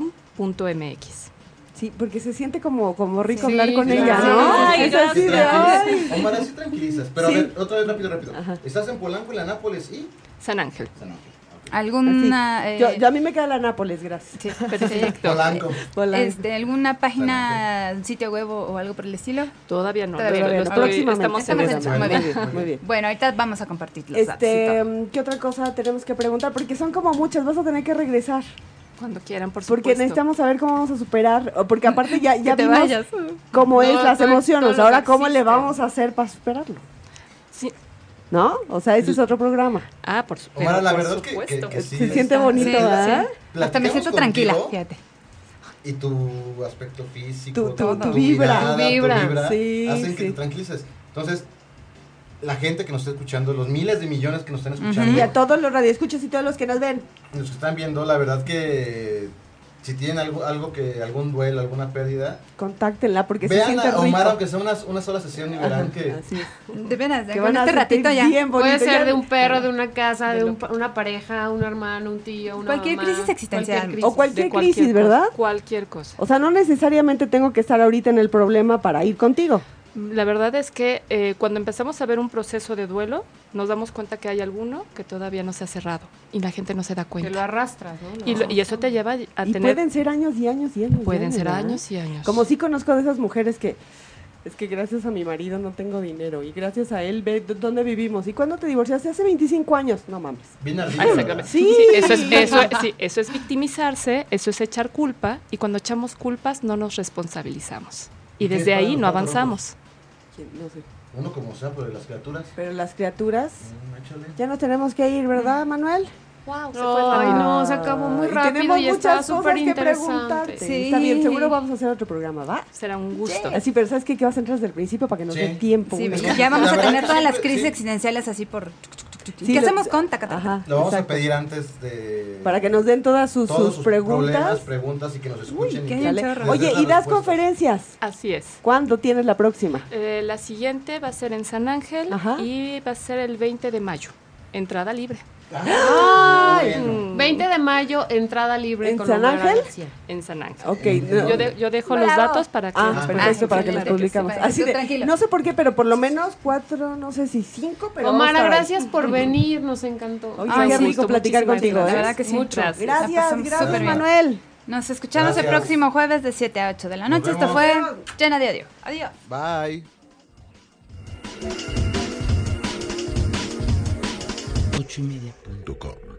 I: yahoo.com.mx.
C: Sí, porque se siente como, como rico
E: Sí,
C: hablar con
E: claro.
C: ella, ¿no?
I: Ay,
C: es así de,
F: tranquilizas.
C: ay.
F: Omar, así tranquilizas. Pero
C: Sí.
F: a ver, otra vez rápido, rápido.
C: Ajá.
F: Estás en Polanco, en la Nápoles y
I: San Ángel.
F: San Ángel. Ok.
D: alguna...
C: Así.
D: eh,
C: Yo, yo a mí me queda la Nápoles, gracias. (laughs)
D: sí,
I: Perfecto.
F: Polanco.
C: Polanco.
D: Este, ¿Alguna página, sitio web o, o algo por el estilo?
I: Todavía no.
D: Todavía
I: lo-
D: no.
I: lo
D: estoy-
C: Próximamente.
I: estamos en
D: Estamos
C: Muy
D: en eso.
I: eso.
D: Muy
C: bien, muy bien.
D: Bueno, ahorita vamos a compartir los datos y
C: Este,
D: todo.
C: ¿qué otra cosa tenemos que preguntar? Porque son como muchas, vas a tener que regresar.
I: Cuando quieran, por supuesto.
C: Porque necesitamos saber cómo vamos a superar, o porque aparte ya, ya
D: que te
C: vimos
D: vayas.
C: cómo
I: No,
C: es las
I: todo-
C: emociones,
I: todo lo
C: ahora
I: que
C: cómo le
I: existe.
C: vamos a hacer para superarlo,
I: Sí.
C: ¿no? O sea, ese es otro programa.
I: Ah, por, su-
F: Omar,
I: pero
F: la
I: por
F: verdad que-
I: supuesto.
F: que- que sí.
C: Se siente bonito,
D: Sí,
C: ¿verdad?
D: sí. Hasta me
F: Platicamos
D: siento tranquila,
F: contigo
D: fíjate.
F: Y tu aspecto físico,
C: Tu- tu- tu vibra.
F: mirada,
E: Tu vibra,
C: sí,
F: hacen que
C: sí.
F: te tranquilices. Entonces, la gente que nos está escuchando, los miles de millones que nos están escuchando,
C: Y a todos los radioescuchas y todos los que nos ven.
F: nos que están viendo, la verdad que si tienen algo, algo que, algún duelo, alguna pérdida,
C: Contáctenla porque se
F: vean
C: siente
F: a Omar,
C: rico.
F: aunque sea una, una sola sesión, y verán que
C: Así es.
D: De veras,
C: Que
D: con
C: van a
D: este
C: sentir
D: ratito ya.
C: bien bonito.
E: Puede
C: ya-
E: ser de un perro, de una casa,
I: De
E: de
I: lo
E: un pa- una pareja, un hermano, un tío, una
D: Cualquier
E: mamá,
D: crisis existencial.
E: cualquier
C: O cualquier
I: De
C: crisis,
I: cosa,
C: ¿verdad?
I: Cualquier cosa.
C: O sea, no necesariamente tengo que estar ahorita en el problema para ir contigo.
I: La verdad es que eh, cuando empezamos a ver un proceso de duelo, nos damos cuenta que hay alguno que todavía no se ha cerrado y la gente no se da
E: Que lo
I: cuenta.
E: arrastras, ¿no?
I: Y, lo- y eso te lleva a
C: y
I: tener...
C: pueden ser años y años y años. y
I: pueden ser
C: ¿verdad?
I: años y años.
C: ¿eh? Como sí conozco de esas mujeres que es que gracias a mi marido no tengo dinero y gracias a él ve d- dónde vivimos. ¿Y cuándo te divorciaste? Hace 25 años. No mames.
F: bien
I: Ah,
F: ardida. ¿verdad?
I: exactamente.
C: Sí.
I: Eso es, eso, es- sí, eso es victimizarse, eso es echar culpa y cuando echamos culpas no nos responsabilizamos. Y
F: ¿Y qué
I: desde
F: es para
I: ahí
F: los
I: no
C: pues,
F: cuatro
I: avanzamos.
C: ¿Quién? No sé.
F: Uno como sea, pero las criaturas,
C: Pero las criaturas
F: mm, échale.
C: ya nos tenemos que ir, ¿verdad, Manuel?
E: Wow,
I: se fue rápido.
E: Ay, no, se acabó muy
C: Y
E: rápido
C: tenemos
E: y estaba
C: muchas
E: súper
C: cosas que
E: interesante.
C: preguntarte.
D: Sí.
C: Está bien, seguro vamos a hacer otro programa, ¿va?
I: Será un gusto.
C: Así, pero ¿sabes qué? Que vas a entrar desde el principio para que nos
F: Sí.
C: dé tiempo.
D: Sí,
C: güey.
D: ¿verdad? ya vamos
F: La
D: a
F: verdad
D: tener
F: que
D: todas las
F: siempre-
D: crisis
F: sí.
D: existenciales así por... tuc, tuc, tuc, tuc.
C: Sí,
D: ¿Qué
C: lo-
D: hacemos con Tacata?
C: Ajá,
F: Lo vamos
C: exacto.
F: a pedir antes de...
C: Para que nos den todas sus,
F: todos
C: sus
F: sus problemas,
C: preguntas.
F: preguntas y que nos escuchen.
D: Uy,
F: y
D: qué
F: que
D: chale.
F: les den
C: Oye,
F: las
C: y das
F: respuestas.
C: conferencias.
I: Así es.
C: ¿Cuándo tienes la próxima?
I: Eh, la siguiente va a ser en San Ángel
C: Ajá.
I: y va a ser el 20 de mayo. Entrada libre.
F: Ay, bueno.
E: 20 Mm. de mayo, entrada libre
C: ¿En
E: con
C: San
E: Omar
C: Ángel?
E: García.
I: En San Ángel.
C: Ok.
F: Yo
I: Yo, de- yo dejo los
D: Bravo.
I: datos para que...
C: Ah,
F: Ah,
C: perfecto,
D: perfecto,
C: para que los
D: excelente.
C: publicamos.
D: Sí, para que
C: Así
D: tú
C: de,
D: tranquilo.
C: no sé por qué, pero por lo menos cuatro, no sé si cinco, pero. vamos
E: Omar,
C: a-
E: gracias por venir, nos encantó.
C: Oye,
D: Ay,
C: qué
D: sí,
C: rico
I: gusto,
C: platicar
I: muchísimas
C: contigo,
I: gracias.
C: ¿eh?
D: La verdad que sí.
I: Muchas gracias.
D: La
C: Gracias,
D: pasamos
C: gracias,
D: súper bien.
C: Manuel.
D: Nos escuchamos el
F: Gracias.
D: próximo jueves de 7 a 8 de la
F: Nos
D: noche. Esto
F: vemos.
D: fue Llena de Odio. Adiós.
B: Bye.
A: .com.